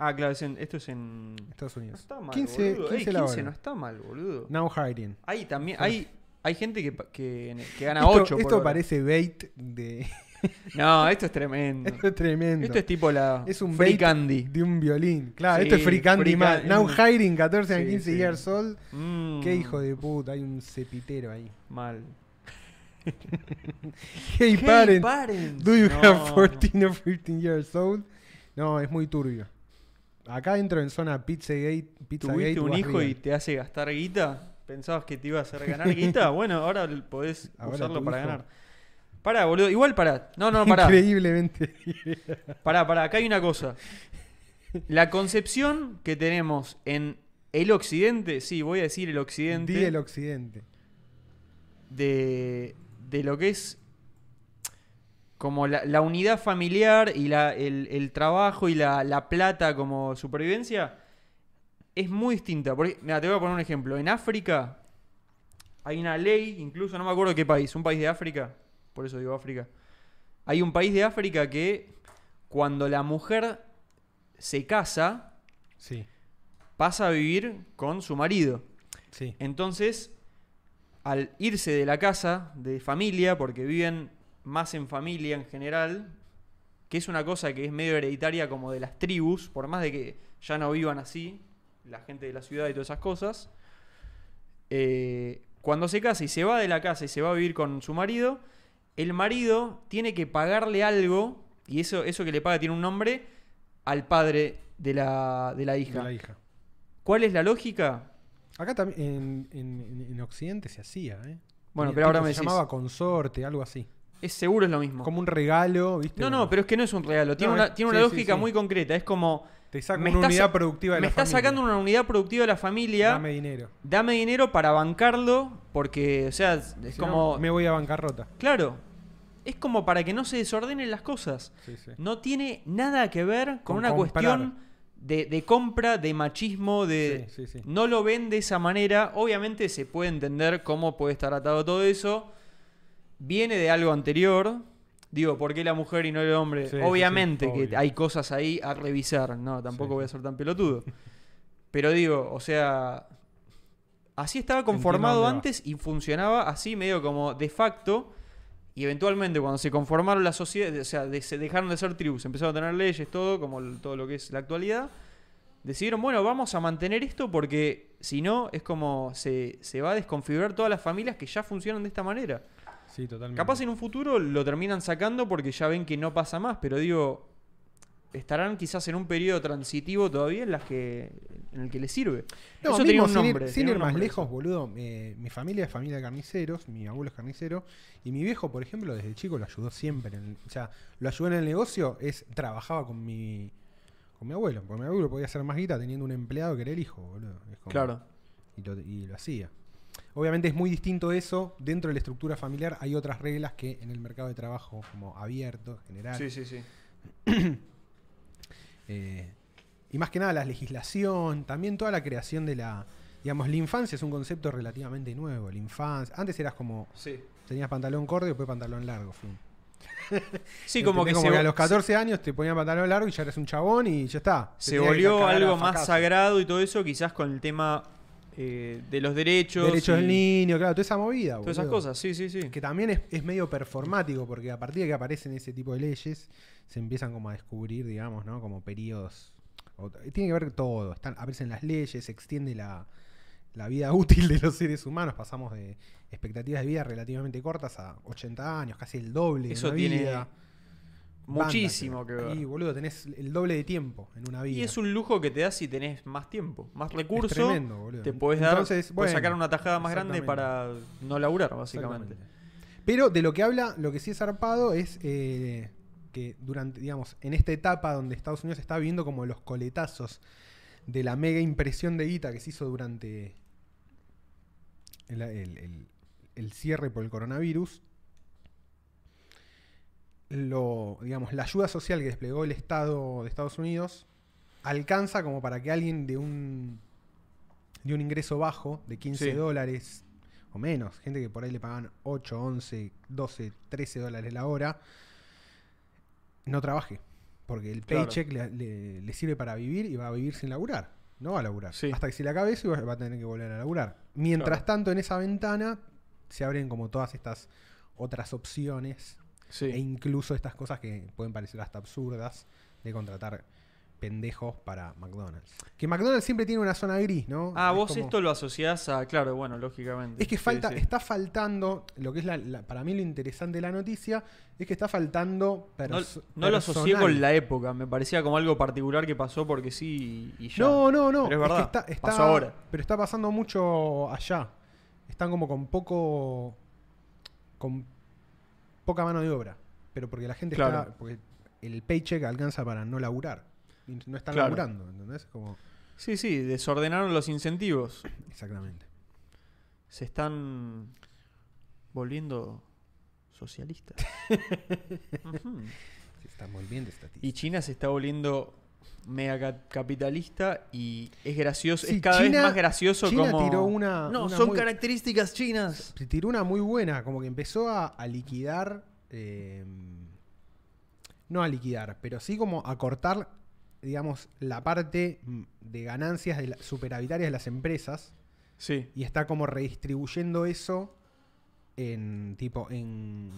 Ah, claro, es en- esto es en... Estados No Unidos. está mal, 15, boludo. Ey, 15 la 15 hora. no está mal, boludo. Now hiring. Hay también, hay, hay gente que, pa- que, que gana esto 8 por esto hora. parece bait de... No, esto es tremendo. esto es tremendo. Esto es tipo la Es un free bait candy. de un violín. Claro, Sí, esto es free candy free mal. candy. Now hiring 14 and Sí, 15 sí. years old. Mm, Qué hijo de puta, hay un cepitero ahí. Mal. Hey, Hey, parent, parents. do you No. have 14 or 15 years old? No, es muy turbio. Acá entro en zona Pizzagate. Pizzagate ¿Tuviste un was hijo y real. te hace gastar guita? ¿Pensabas que te iba a hacer ganar guita? Bueno, ahora l- podés Ahora usarlo tu para hijo. ganar. Pará, boludo. Igual pará. No, no, pará. Increíblemente. Pará, pará. Acá hay una cosa. La concepción que tenemos en el occidente, sí, voy a decir el occidente. Di el occidente. de, de lo que es como la, la unidad familiar y la- el, el trabajo y la, la plata como supervivencia es muy distinta. Mira, te voy a poner un ejemplo. En África hay una ley, incluso no me acuerdo qué país, un país de África, por eso digo África. Hay un país de África que cuando la mujer se casa Sí, pasa a vivir con su marido. sí. Entonces, al irse de la casa de familia, porque viven más en familia en general, que es una cosa que es medio hereditaria como de las tribus, por más de que ya no vivan así, la gente de la ciudad y todas esas cosas, eh, cuando se casa y se va de la casa y se va a vivir con su marido, el marido tiene que pagarle algo, y eso, eso que le paga tiene un nombre, al padre de la, de la De hija. la hija. ¿Cuál es la lógica? Acá también en, en- en- en Occidente se hacía, ¿eh? Bueno, Tenía- pero ahora tipo, me se decís. llamaba consorte, algo así. Es seguro es lo mismo. Como un regalo, ¿viste? No, no, Como- pero es que no es un regalo. Tiene No, una, es- tiene una sí, sí, lógica sí. muy concreta. Es como. Te saco me una estás- unidad productiva de Me la está familia. sacando una unidad productiva de la familia. Dame Dame, dinero. dinero para bancarlo. Porque, o sea, es Si no, como. me voy a bancarrota. Claro. Es como para que no se desordenen las cosas. Sí, sí. No tiene nada que ver con, Con una comprar. cuestión de, de compra, de machismo, de. Sí, sí, sí. No lo ven de esa manera. Obviamente se puede entender cómo puede estar atado todo eso. Viene de algo anterior. Digo, ¿por qué la mujer y no el hombre? Sí, sí, sí, Obviamente que obvio. hay cosas ahí a revisar. No, tampoco Sí, voy a ser tan pelotudo. Pero digo, o sea. Así estaba Entiendo conformado dónde antes y funcionaba así, medio como de facto. Y eventualmente, cuando se conformaron las sociedades, o sea, de- se dejaron de ser tribus, empezaron a tener leyes, todo, como l- todo lo que es la actualidad, decidieron, bueno, vamos a mantener esto porque si no, es como se, se va a desconfigurar todas las familias que ya funcionan de esta manera. Sí, totalmente. Capaz en un futuro lo terminan sacando porque ya ven que no pasa más, pero digo, estarán quizás en un periodo transitivo todavía en, las que, en el que les sirve. No, Eso mismo tenía un sin ir- nombre. sin tenía ir, un más nombre lejos, eso. boludo, eh, mi familia es familia de carniceros, mi abuelo es carnicero, y mi viejo, por ejemplo, desde chico lo ayudó siempre. en el- o sea, lo ayudó en el negocio, es trabajaba con mi con mi abuelo, porque mi abuelo podía hacer más guita teniendo un empleado que era el hijo, boludo. Es como- Claro. Y lo, y lo hacía. Obviamente es muy distinto eso, dentro de la estructura familiar hay otras reglas que en el mercado de trabajo como abierto, general, Sí, sí, sí. eh, y más que nada la legislación, también toda la creación de la... Digamos, la infancia es un concepto relativamente nuevo. La infancia... Antes eras como... Sí, Tenías pantalón corto y después pantalón largo. Fin. sí como que ¿Entendés? se, a los 14 años te ponían pantalón largo y ya eras un chabón y ya está. Te se tenías que volvió cagar a algo más facazo. sagrado y todo eso, quizás con el tema eh, de los derechos. Derechos y del niño, claro, toda esa movida. Todas esas boludo. cosas, sí, sí, sí. Que también es, es medio performático, porque a partir de que aparecen ese tipo de leyes, se empiezan como a descubrir, digamos, ¿no? Como periodos. o- tiene que ver todo. Están, aparecen las leyes, se extiende la, la vida útil de los seres humanos. Pasamos de expectativas de vida relativamente cortas a 80 años, casi el doble. de Eso una tiene vida. Banda, Muchísimo que ver. Y boludo, tenés el doble de tiempo en una vida. Y es un lujo que te das si tenés más tiempo, más recursos. tremendo, boludo. te podés dar, Entonces, podés bueno, sacar una tajada más grande exactamente. para no laburar, básicamente. Exactamente. Pero de lo que habla, lo que sí es zarpado es eh, que durante, digamos, en esta etapa donde Estados Unidos está viendo como los coletazos de la mega impresión de guita que se hizo durante el, el- el- el cierre por el coronavirus, lo, digamos, la ayuda social que desplegó el Estado de Estados Unidos alcanza como para que alguien de un de un ingreso bajo de 15 Sí. dólares o menos, gente que por ahí le pagan 8, 11, 12, 13 dólares la hora, no trabaje. Porque el Claro. paycheck le, le- le sirve para vivir y va a vivir sin laburar. No va a laburar. Sí. Hasta que se le acabe eso y va va a tener que volver a laburar. Mientras Claro. tanto, en esa ventana se abren como todas estas otras opciones Sí. e incluso estas cosas que pueden parecer hasta absurdas de contratar pendejos para McDonald's. Que McDonald's siempre tiene una zona gris, ¿no? Ah, Es vos como- esto lo asociás a. Claro, bueno, lógicamente. es que Sí, falta, sí. está faltando, lo que es la, la- para mí lo interesante de la noticia, es que está faltando No, perso- no lo asocié personal. con la época, me parecía como algo particular que pasó porque sí y, y ya. No, no, no. Pero es que verdad, está, está- pasó ahora. Pero está pasando mucho allá. Están como con poco. con poca mano de obra. Pero porque la gente Claro. está. Porque el paycheck alcanza para no laburar. Y no están Claro. laburando, ¿entendés? Es Como, Sí, sí, desordenaron los incentivos. exactamente. Se están volviendo socialistas. Ujú. Se están volviendo estadistas. Y China se está volviendo mega ca- capitalista y es gracioso, Sí, es cada China- vez más gracioso China como tiró una- No, una son muy- características chinas. Se tiró una muy buena, como que empezó a, a liquidar. eh, no a liquidar, pero sí como a cortar, digamos, la parte mm, de ganancias de la- superavitarias de las empresas. Sí. Y está como redistribuyendo eso en tipo en.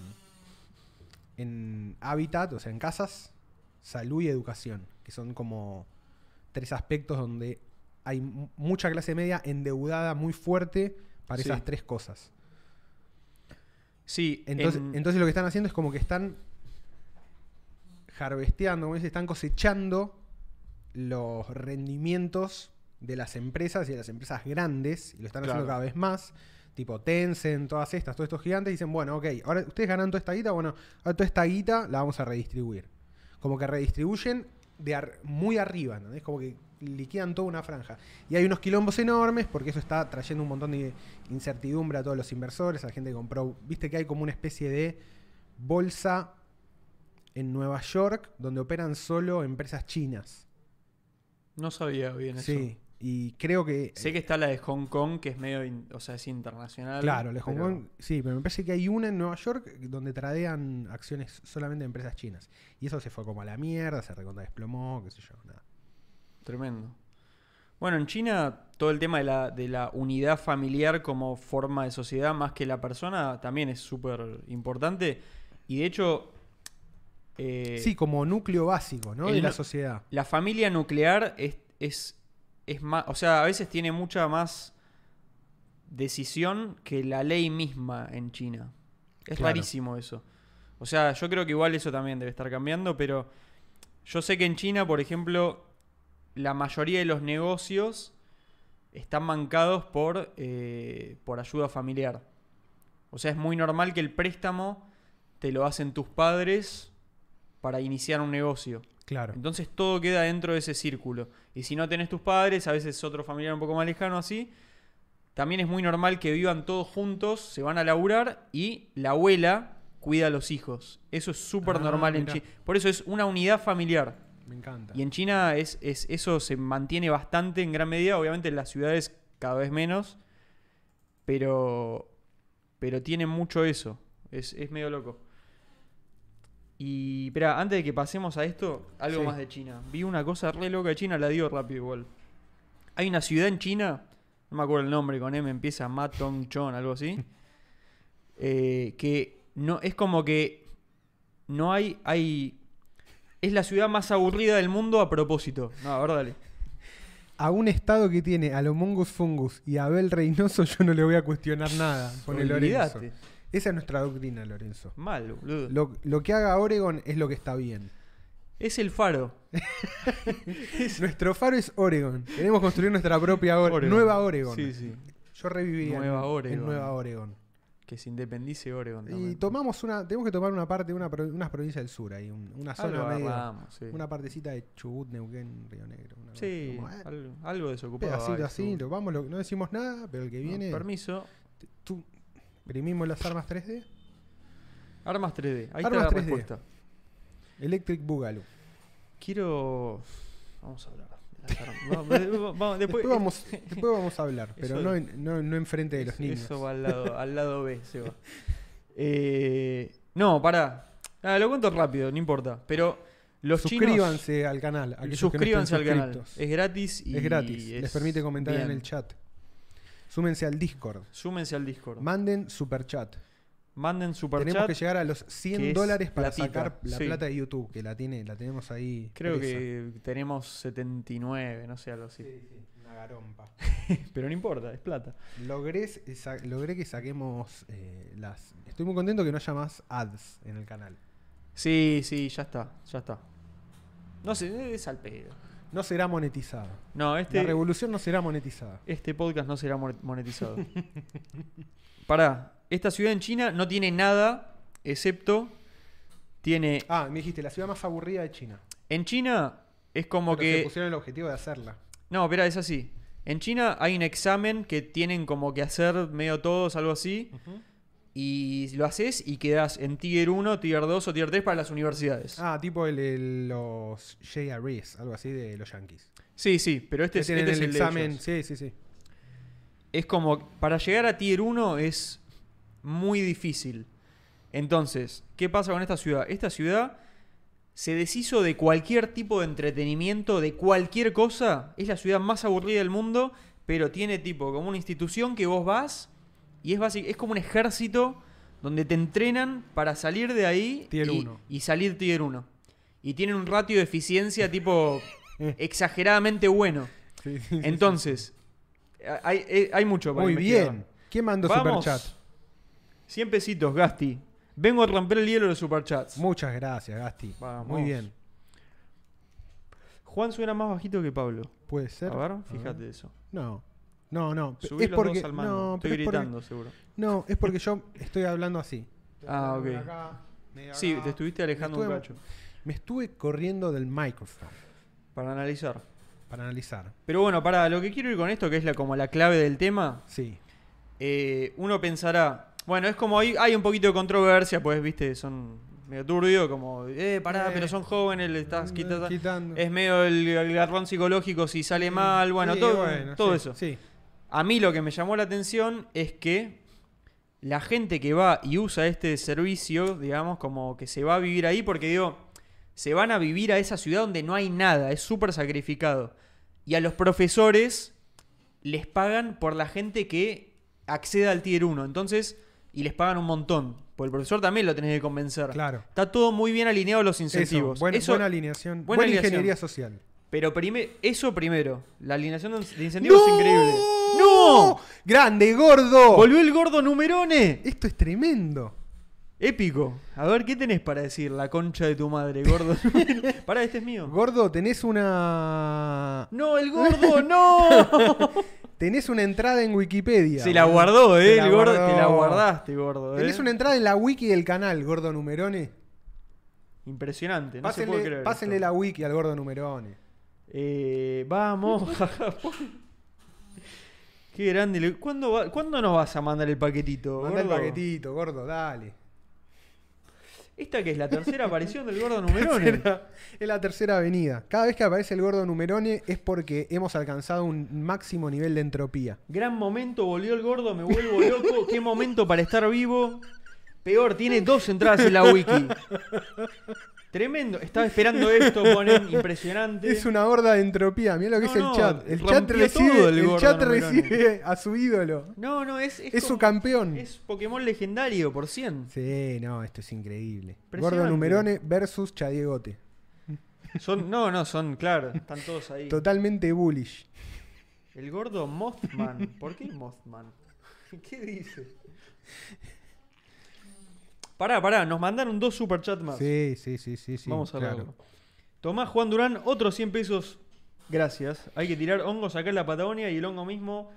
en hábitat, o sea, en casas, salud y educación. Que son como tres aspectos donde hay mu- mucha clase media endeudada muy fuerte para Sí. esas tres cosas. Sí, Entonces, en- entonces lo que están haciendo es como que están harvesteando, como dice, están cosechando los rendimientos de las empresas y de las empresas grandes, y lo están haciendo Claro. cada vez más, tipo Tencent, todas estas, todos estos gigantes, dicen, bueno, ok, ahora ustedes ganan toda esta guita, bueno, ahora toda esta guita la vamos a redistribuir. Como que redistribuyen de ar- muy arriba, ¿no? Es como que liquidan toda una franja. Y hay unos quilombos enormes porque eso está trayendo un montón de incertidumbre a todos los inversores, a la gente que compró. Viste que hay como una especie de bolsa en Nueva York donde operan solo empresas chinas. no sabía bien eso. Sí. Y creo que. Sé que está la de Hong Kong, que es medio, in- o sea, es internacional. Claro, la de Hong pero- Kong, sí, pero me parece que hay una en Nueva York donde tradean acciones solamente de empresas chinas. Y eso se fue como a la mierda, se recontra desplomó, qué sé yo, nada. Tremendo. Bueno, en China todo el tema de la, de la unidad familiar como forma de sociedad más que la persona también es súper importante. Y de hecho, eh, sí, como núcleo básico, ¿no? el De la nu- sociedad. la familia nuclear es, es, es más, o sea, a veces tiene mucha más decisión que la ley misma en China. Es Claro. rarísimo eso. O sea, yo creo que igual eso también debe estar cambiando, pero yo sé que en China, por ejemplo, la mayoría de los negocios están mancados por, eh, por ayuda familiar. O sea, es muy normal que el préstamo te lo hacen tus padres para iniciar un negocio. Claro. Entonces todo queda dentro de ese círculo. Y si no tenés tus padres, a veces otro familiar un poco más lejano así, también es muy normal que vivan todos juntos, se van a laburar y la abuela cuida a los hijos. Eso es súper Ah, normal en mirá. China. Por eso es una unidad familiar. Me encanta. Y en China es, es- eso se mantiene bastante en gran medida, obviamente en las ciudades cada vez menos, pero, pero tiene mucho eso. Es, es medio loco. Y, espera, antes de que pasemos a esto, algo Sí. más de China. Vi una cosa re loca de China, la digo rápido igual. Hay una ciudad en China, no me acuerdo el nombre, con M empieza Matongchon, algo así, eh, que no es como que no hay, hay... Es la ciudad más aburrida del mundo a propósito. No, a ver, dale. A un estado que tiene a Lomongus Fungus y a Abel Reynoso, yo no le voy a cuestionar nada. Pone Lorenzo. Olvidate. Esa es nuestra doctrina, Lorenzo. Mal, boludo. Lo, lo que haga Oregon es lo que está bien. Es el faro. Nuestro faro es Oregon. Queremos construir nuestra propia Ore- Oregon. nueva Oregon. Sí, sí. Yo reviviría en- Nueva en, Oregon. Nueva Oregon. Que se independice Oregon. Y también. tomamos una, tenemos que tomar una parte, una, pro- unas provincias del sur ahí, un- una zona Algo media, agarramos, sí. una partecita de Chubut, Neuquén, Río Negro. Una Sí, como, eh, algo, algo desocupado. pedacito hay, así, seguro. lo, vamos, lo- no decimos nada, pero el que No, viene, Permiso. tú imprimimos las armas 3D, Armas 3D. Ahí Armas está la 3D. respuesta. Electric Boogaloo. Quiero. Vamos a hablar. de las armas. Vamos, de- Después, vamos, después. vamos, después vamos a hablar, pero eso- no, en- no, no enfrente de los Eso- niños. Eso va al lado, al lado B, se va. Eh, no, pará. Ah, lo cuento rápido, no importa. Pero los chinos. suscríbanse al canal. aquellos que no estén Suscríbanse al canal. suscriptos. Es gratis y Es gratis. Les es permite comentar en bien. el chat. Súmense al Discord. Súmense al Discord. Manden super chat. Manden super tenemos chat. que llegar a los 100 es dólares para platita, sacar la sí. plata de YouTube, que la tiene, la tenemos ahí. Creo presa. que tenemos 79, no sé, algo así. Una garompa. Pero no importa, es plata. Logré, sa- logré que saquemos eh, las. Estoy muy contento que no haya más ads en el canal. Sí, sí, ya está, ya está. No sé, es al pedo. No será monetizado. No, La este, revolución no será monetizada. este podcast no será mon- monetizado. Pará, esta ciudad en China no tiene nada, excepto tiene... Ah, me dijiste, la ciudad más aburrida de China. En China es como Pero se que... pusieron el objetivo de hacerla. No, pero es así. En China hay un examen que tienen como que hacer medio todos, algo así. Y lo haces y quedas en Tier 1, Tier 2 o Tier 3 para las universidades. Ah, tipo el, el- los JREs, algo así de los Yankees. Sí, sí, pero este, Que es, tienen este es el el de examen. ellos. Sí, sí, sí. Es como, para llegar a Tier 1 es muy difícil. Entonces, ¿qué pasa con esta ciudad? Esta ciudad se deshizo de cualquier tipo de entretenimiento, de cualquier cosa. Es la ciudad más aburrida del mundo, pero tiene tipo como una institución que vos vas y es, basi- es como un ejército donde te entrenan para salir de ahí Tier y, uno. y salir Tier 1. Y tienen un ratio de eficiencia tipo exageradamente bueno. Sí, sí, sí, Entonces, hay, eh, hay- hay mucho sí. para Muy investigar. bien. ¿Quién mandó Vamos. superchat? 100 pesitos, Gasti. Vengo a romper el hielo de los superchats. Muchas gracias, Gasti. Vamos. Muy bien. Juan suena más bajito que Pablo. Puede ser. A ver, fíjate eso. No. No, no. P- Subí es los porque dos al mando. no, Estoy pero es porque- gritando, seguro. no, es porque yo estoy hablando así. Ah, Estoy ok. hablando acá, medio Sí, acá. te estuviste alejando Me un estuve- cacho. Me estuve corriendo del micrófono Para analizar. para analizar. Pero bueno, para lo que quiero ir con esto, que es la, como la clave del tema, Sí. eh, uno pensará. Bueno, es como hay, hay un poquito de controversia, pues, viste, son medio turbio, como, eh, pará, Eh, pero son jóvenes, le estás quitando. Mm, quitando. Es medio el, el garrón psicológico si sale mal, bueno, Sí, todo, bueno, todo sí, eso. Sí. A mí lo que me llamó la atención es que la gente que va y usa este servicio, digamos, como que se va a vivir ahí, porque digo, se van a vivir a esa ciudad donde no hay nada, es súper sacrificado. Y a los profesores les pagan por la gente que acceda al Tier 1, entonces, y les pagan un montón. Por el profesor también lo tenés que convencer. Claro. Está todo muy bien alineado los incentivos. Eso, buen- Eso- buena alineación. buena Buena, alineación. ingeniería social. pero prime- eso primero, la alineación de incentivos es increíble. ¡Grande, gordo! ¡Volvió el gordo numerone! Esto es tremendo. Épico. A ver, ¿qué tenés para decir? La concha de tu madre, gordo. Pará, este es mío. Gordo, tenés una. No, el gordo, no. Tenés una entrada en Wikipedia. Se la boludo. guardó, eh, Se la el gordo. Te la guardó. guardaste, gordo. eh. Tenés una entrada en la wiki del canal, Gordo Numerone. Impresionante, no se puede pásenle creer. pásenle esto. la wiki al Gordo Numerone. Eh, vamos, jaja, po- Qué grande. le- ¿Cuándo, va- ¿Cuándo nos vas a mandar el paquetito? Manda el gordo? paquetito, gordo, dale. Esta que es la tercera aparición del gordo numerone. Es la tercera avenida. Cada vez que aparece el gordo numerone es porque hemos alcanzado un máximo nivel de entropía. Gran momento, volvió el gordo, me vuelvo loco. Qué momento para estar vivo. Peor, tiene dos entradas en la wiki. Tremendo. Estaba esperando esto, ponen impresionante. Es una horda de entropía, mira lo que No, es el no, chat. El rompió chat recibe, todo el el gordo chat numerone. recibe a su ídolo. No, no, es. Es su como- campeón. Es Pokémon legendario, por 100. Sí, no, esto es increíble. Gordo Impresionante. numerone versus Chadiegote. Son, no, no, son, claro, están todos ahí. Totalmente bullish. El gordo Mothman. ¿Por qué Mothman? ¿Qué dice? Pará, pará, nos mandaron dos superchats más. Sí, sí, sí, sí, sí. Vamos a claro. verlo. Tomás Juan Durán, otros 100 pesos. Gracias. Hay que tirar hongos acá en la Patagonia y el hongo mismo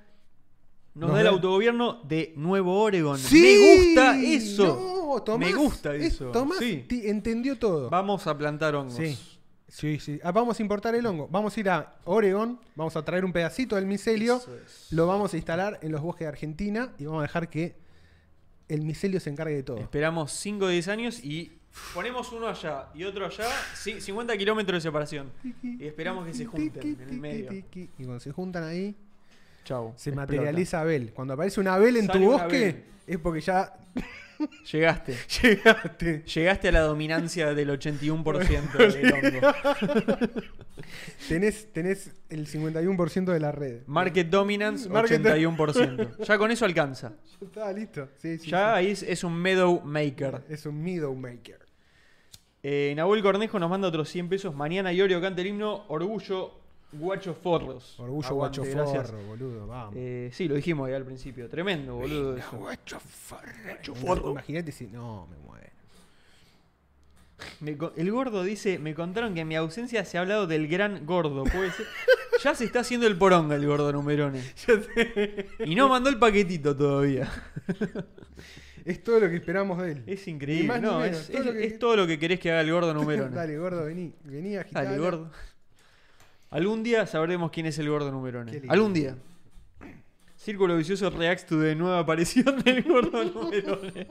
nos, Nos da el da- autogobierno de Nuevo Oregon. Sí, Me gusta eso. no, Tomás, Me gusta es- eso, Tomás sí. ti- entendió todo. Vamos a plantar hongos. Sí. Sí, sí. Ah, vamos a importar el hongo. Vamos a ir a Oregón, vamos a traer un pedacito del micelio, Eso es. lo vamos a instalar en los bosques de Argentina y vamos a dejar que el micelio se encargue de todo. Esperamos 5 o 10 años y ponemos uno allá y otro allá, ci- 50 kilómetros de separación. Y esperamos que se junten en el medio. Y cuando se juntan ahí, Chau. se explota. materializa Abel. Cuando aparece una Abel en Sale tu una bosque, Abel. es porque ya Llegaste. llegaste. Llegaste a la dominancia del 81% del hongo. Tenés, tenés el 51% de la red. Market dominance, Market- 81%. Ya con eso alcanza. Está listo. Sí, sí, Ya sí. ahí es, es un meadow maker. Es un middle maker. Eh, Nahuel Cornejo nos manda otros 100 pesos. Mañana Iorio canta el himno Orgullo Guacho Forros. Orgullo Aguante, guacho gracias. forro, boludo. Vamos. Eh, sí, lo dijimos ahí al principio. Tremendo, boludo. eso. Guacho forro. Imagínate si. No, me muero. Me co- el gordo dice, me contaron que en mi ausencia se ha hablado del gran gordo. ¿Puede ser? ya se está haciendo el poronga el gordo numerone. y no mandó el paquetito todavía. Es todo lo que esperamos de él. Es increíble. Ni más ni no, menos, es, todo es- lo que- es todo lo que querés que haga el gordo numerone. Dale, Dale, gordo, vení. Vení a agitar. gordo. Algún día sabremos quién es el gordo Qué numerone. lindo. Algún día. Círculo vicioso reacts to de nueva aparición del gordo numerone.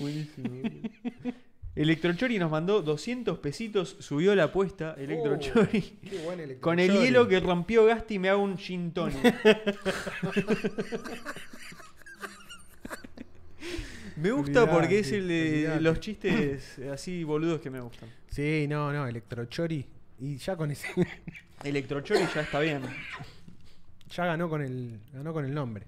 Buenísimo. boludo. Electrochori nos mandó 200 pesitos, subió la apuesta. Electrochori. Uh, Qué buen Oh. electrochori. Con el hielo que rompió Gasti me hago un gin tonic. me gusta Olvidate, porque es el de olvidate. los chistes así boludos que me gustan. Sí, no, no, electrochori. Y ya con ese. Electrochori ya está bien. ya ganó con el. Ganó con el nombre.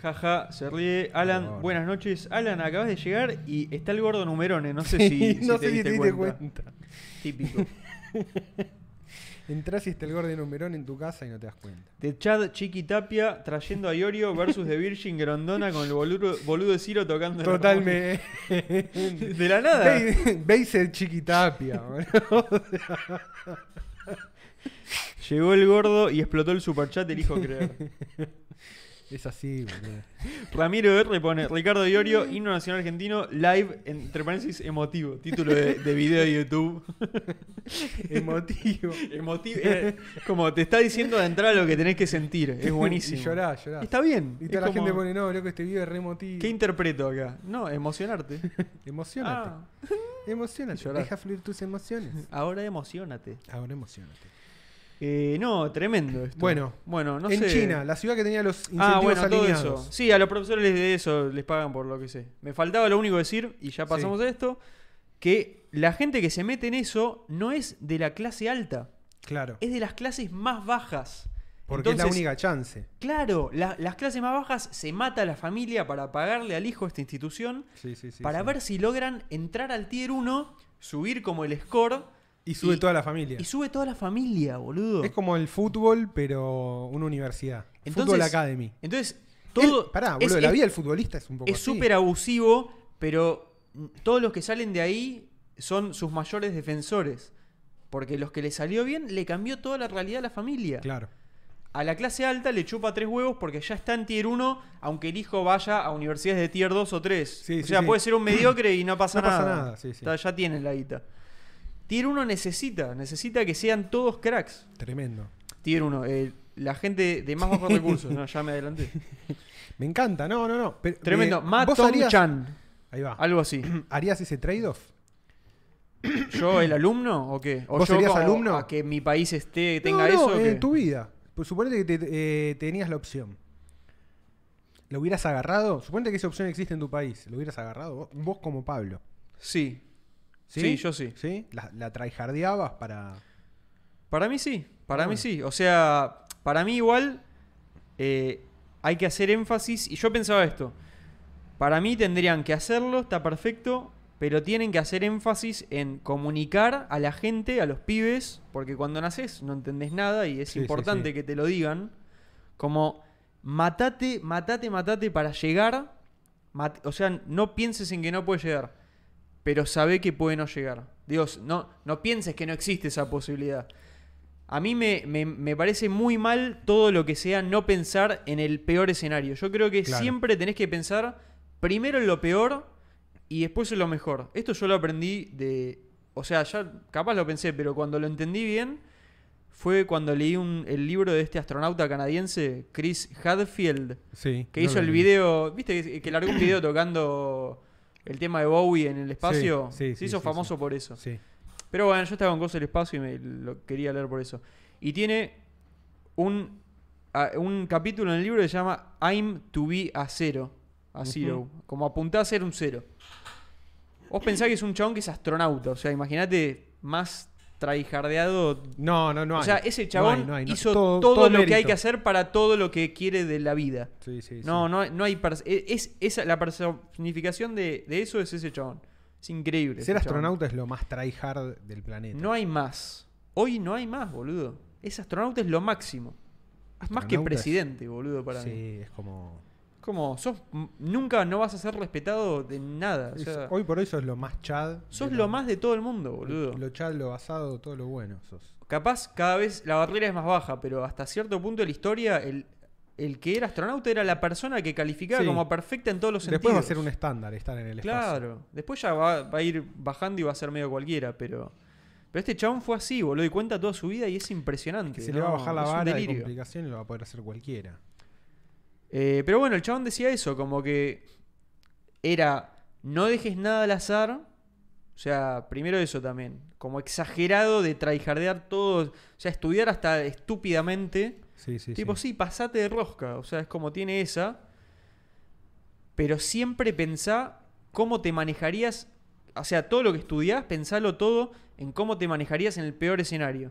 Jaja, se ríe. Alan, Por favor. buenas noches. Alan, acabas de llegar y está el gordo numerone. No sé si, no si te sé si diste te diste cuenta. cuenta. Típico. Entrás y está el gordo numerón en tu casa y no te das cuenta. De Chad Chiqui Tapia trayendo a Iorio versus de Virgin Grondona con el boludo, boludo de Ciro tocando el Totalmente. armónico. De la nada. Veis- Veis el chiquitapia, boludo. Llegó el gordo y explotó el superchat, elijo creer. Es así, boludo. Ramiro R pone Ricardo Iorio, himno nacional argentino, live, entre paréntesis, emotivo. Título de, de video de YouTube. Emotivo. emotivo. eh, como te está diciendo de entrada lo que tenés que sentir. Es buenísimo. Y llorás, llorás. Y Está bien. Y es toda la como, gente pone, no, loco, este video es re emotivo. ¿Qué interpreto acá? No, emocionarte. Emocionate. Ah, Emocionate. Llorar. Deja fluir tus emociones. ahora emocionate. Ahora emocionate. Eh, no, tremendo esto. Bueno, bueno no en sé. China, la ciudad que tenía los incentivos Ah, bueno, alineados. todo eso. Sí, a los profesores les de eso les pagan por lo que sé. Me faltaba lo único decir, y ya pasamos a esto, que la gente que se mete en eso no es de la clase alta, Claro. es de las clases más bajas. Porque es la Entonces, única chance. Claro, la- las clases más bajas se mata a la familia para pagarle al hijo esta institución Sí, sí, sí. para ver si logran entrar al tier 1, subir como el score Y sube y- toda la familia. y sube toda la familia, boludo. Es como el fútbol, pero una universidad. Entonces- fútbol Academy. Entonces, todo. El- pará, es- boludo, es- la vida del futbolista es un poco Es así. súper abusivo, pero todos los que salen de ahí son sus mayores defensores. Porque los que le salió bien le cambió toda la realidad a la familia. Claro. A la clase alta le chupa tres huevos porque ya está en tier 1, aunque el hijo vaya a universidades de tier 2 o 3. Sí, o sí, sea, sí. puede ser un mediocre y no pasa No pasa nada. nada, sí, sí. Está- Ya tiene la guita. Tier 1 necesita, necesita que sean todos cracks. Tremendo. Tier 1, eh, la gente de más bajos recursos. No, ya me adelanté. Me encanta, no, no, no. pero- Tremendo. eh, Matt ¿vos Tom harías- Ah. Chan. Ahí va. Algo así. ¿Harías ese trade-off? ¿Yo el alumno o qué? ¿O ¿Vos yo serías como alumno? a que mi país esté, tenga No, eh, no, eso? o en qué? tu vida. Pues suponete que te- eh, tenías la opción. ¿Lo hubieras agarrado? Suponete que esa opción existe en tu país. ¿Lo hubieras agarrado? Vos, vos como Pablo. Sí. ¿Sí? Sí, yo sí. ¿Sí? ¿La, la traijardeabas para...? Para mí sí, para mí Bueno. sí. O sea, para mí igual eh, hay que hacer énfasis. Y yo pensaba esto. Para mí tendrían que hacerlo, está perfecto, pero tienen que hacer énfasis en comunicar a la gente, a los pibes, porque cuando naces no entendés nada y es Sí, sí, importante sí. que te lo digan. Como matate, matate, matate para llegar. Mat- o sea, no pienses en que no puedes llegar, pero sabe que puede no llegar. Dios, no, no pienses que no existe esa posibilidad. A mí me, me- me parece muy mal todo lo que sea no pensar en el peor escenario. Yo creo que Claro. siempre tenés que pensar primero en lo peor y después en lo mejor. Esto yo lo aprendí de... O sea, ya capaz lo pensé, pero cuando lo entendí bien fue cuando leí un- el libro de este astronauta canadiense, Chris Hadfield, Sí. que hizo el video, viste, que, que largó un video tocando el tema de Bowie en el espacio. sí, Se sí, hizo sí, famoso sí. por eso. Sí. Pero bueno, yo estaba con Gozo el Espacio y me lo quería leer por eso. Y tiene un, a- un capítulo en el libro que se llama I'm to be a zero. A zero. Como apuntar a ser un cero. Vos pensás que es un chabón que es astronauta. O sea, imagínate más traijardeado. No, no, no o hay. sea, ese No chabón hay, no hay, no- hizo todo, lo que hay que mérito. hacer para todo lo que quiere de la vida. Sí, sí, sí. No, no, hay- no hay. pers- e-, Es, es- la personificación de, de eso es ese chabón. Es increíble. Ser ese chabón. astronauta es lo más tryhard del planeta. No hay más. Hoy no hay más, boludo. Es astronauta es lo máximo. Es más que Astronauta es- presidente, boludo, para mí. Sí, es como... Como, sos, m- nunca no vas a ser respetado de nada. o es- sea, hoy por hoy sos lo más chad. sos de lo la- más de todo el mundo, boludo. Lo chad, lo basado, todo lo bueno sos. Capaz cada vez la barrera es más baja, pero hasta cierto punto de la historia, el, el que era astronauta era la persona que calificaba Sí. como perfecta en todos los sentidos. Después va a ser un estándar estar en el espacio. Claro. Después ya va, va a ir bajando y va a ser medio cualquiera, pero. Pero este chabón fue así, boludo, y cuenta toda su vida y es impresionante. Que se le va a ¿no? bajar la Es un vara de delirio. complicación y lo va a poder hacer cualquiera. Eh, pero bueno, el chabón decía eso, como que era, no dejes nada al azar. O sea, primero eso también, como exagerado de traijardear todo, o sea, estudiar hasta estúpidamente. Sí, sí, tipo, sí. pasate de rosca, o sea, es como tiene esa. Pero siempre pensá cómo te manejarías, o sea, todo lo que estudiás, pensalo todo en cómo te manejarías en el peor escenario.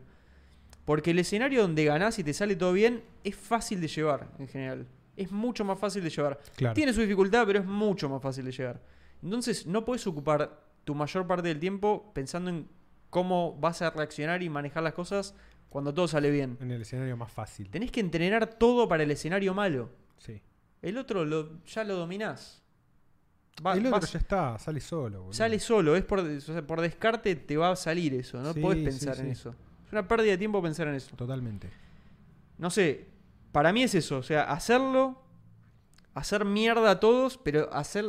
Porque el escenario donde ganás y te sale todo bien es fácil de llevar en general. Es mucho más fácil de llevar. Claro. Tiene su dificultad, pero es mucho más fácil de llevar. Entonces, no puedes ocupar tu mayor parte del tiempo pensando en cómo vas a reaccionar y manejar las cosas cuando todo sale bien. En el escenario más fácil. Tenés que entrenar todo para el escenario malo. Sí. El otro lo- ya lo dominás. Va- el otro vas- ya está, sale solo. boludo. sale solo, es por, o sea, por descarte te va a salir eso, no Sí, podés sí, pensar en sí. eso. Es una pérdida de tiempo pensar en eso. Totalmente. No sé, para mí es eso, o sea, hacerlo, hacer mierda a todos, pero hacer...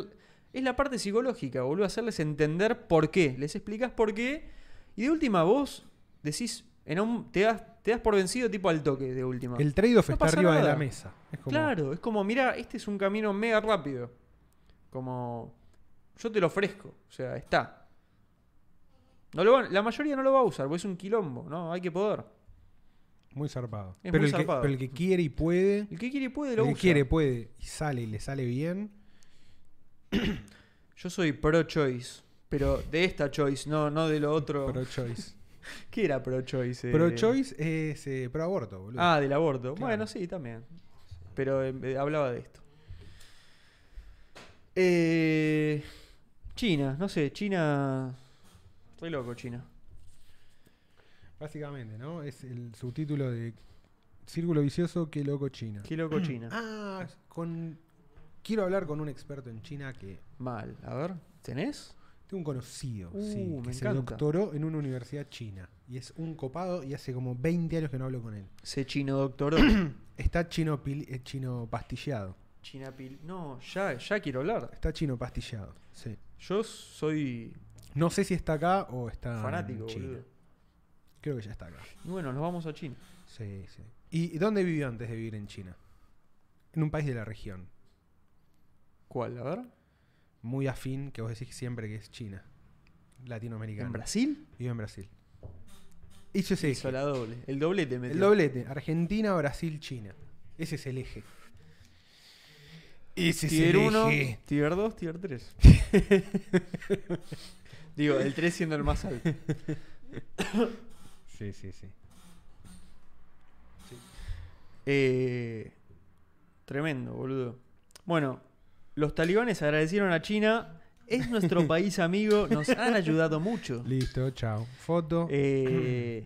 Es la parte psicológica, boludo, hacerles entender por qué. Les explicas por qué y de última vos decís, en un, te, das, te das por vencido tipo al toque de última. El trade-off No está pasa arriba de nada. la mesa. Es como, Claro, es como, mira, este es un camino mega rápido. Como, yo te lo ofrezco, o sea, está. No lo van- la mayoría no lo va a usar, porque es un quilombo, ¿no? Hay que poder. Muy zarpado. Es pero, el muy que, zarpado. pero el que quiere y puede, El que quiere y puede el lo que usa. quiere puede y sale y le sale bien. Yo soy pro-choice, pero de esta choice, no, no de lo otro. Pro choice. ¿Qué era pro-choice? eh? Pro choice es eh, pro aborto, boludo. Ah, del aborto. Claro. Bueno, sí, también. Pero eh, eh, hablaba de esto. Eh, China, no sé, China... Estoy loco, China. Básicamente, ¿no? Es el subtítulo de Círculo Vicioso, qué loco China. Qué loco China. Ah, con, Quiero hablar con un experto en China que Mal. A ver, ¿tenés? tengo un conocido, Uh, sí, me que se encanta. doctoró en una universidad china. Y es un copado y hace como 20 años que no hablo con él. Se chino doctoró. Está chino, pili- eh, chino pastillado. China pil- No, ya, ya quiero hablar. Está chino pastillado, sí. Yo soy No sé si está acá o está fanático, en Ah, China. boludo. Creo que ya está acá. Y bueno, nos vamos a China. Sí, sí. ¿Y dónde vivió antes de vivir en China? En un país de la región. ¿Cuál? A ver. Muy afín, que vos decís siempre que es China. Latinoamericana. ¿En Brasil? Vive en Brasil. Hizo ese Hizo eje. la doble. El doblete metió. El doblete. Ah, Argentina, Brasil, China. Ese es el eje. Ese es Tier el 1, eje. tier 2, tier 3. Digo, el 3 siendo el más alto. Sí, sí, sí. Eh, tremendo, boludo. Bueno, los talibanes agradecieron a China. Es nuestro país amigo, nos han ayudado mucho. Listo, chao. Foto. Eh,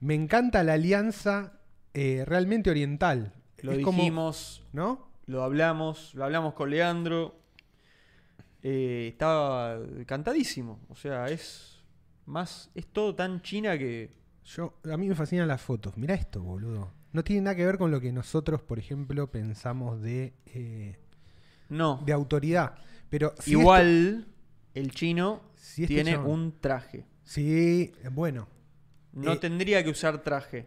Me encanta la alianza eh, realmente oriental. lo es como- dijimos, ¿No? lo hablamos, lo hablamos con Leandro. Eh, estaba cantadísimo. O sea, es más. Es todo tan china que. Yo, a mí me fascinan las fotos. Mirá esto, boludo. No tiene nada que ver con lo que nosotros, por ejemplo, pensamos de, eh, No. de autoridad. Pero si Igual el chino esto- si este tiene chabón- un traje. Sí, bueno. No Eh, tendría que usar traje.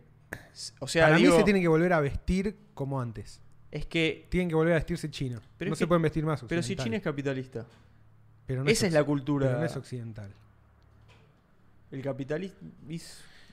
S- O sea, Para digo, mí se tienen que volver a vestir como antes. es que. Tienen que volver a vestirse chino. Pero no es se que- pueden vestir más. Pero si occidental. China es capitalista. Pero no Esa es la cultura. Pero no es occidental. el capitalismo.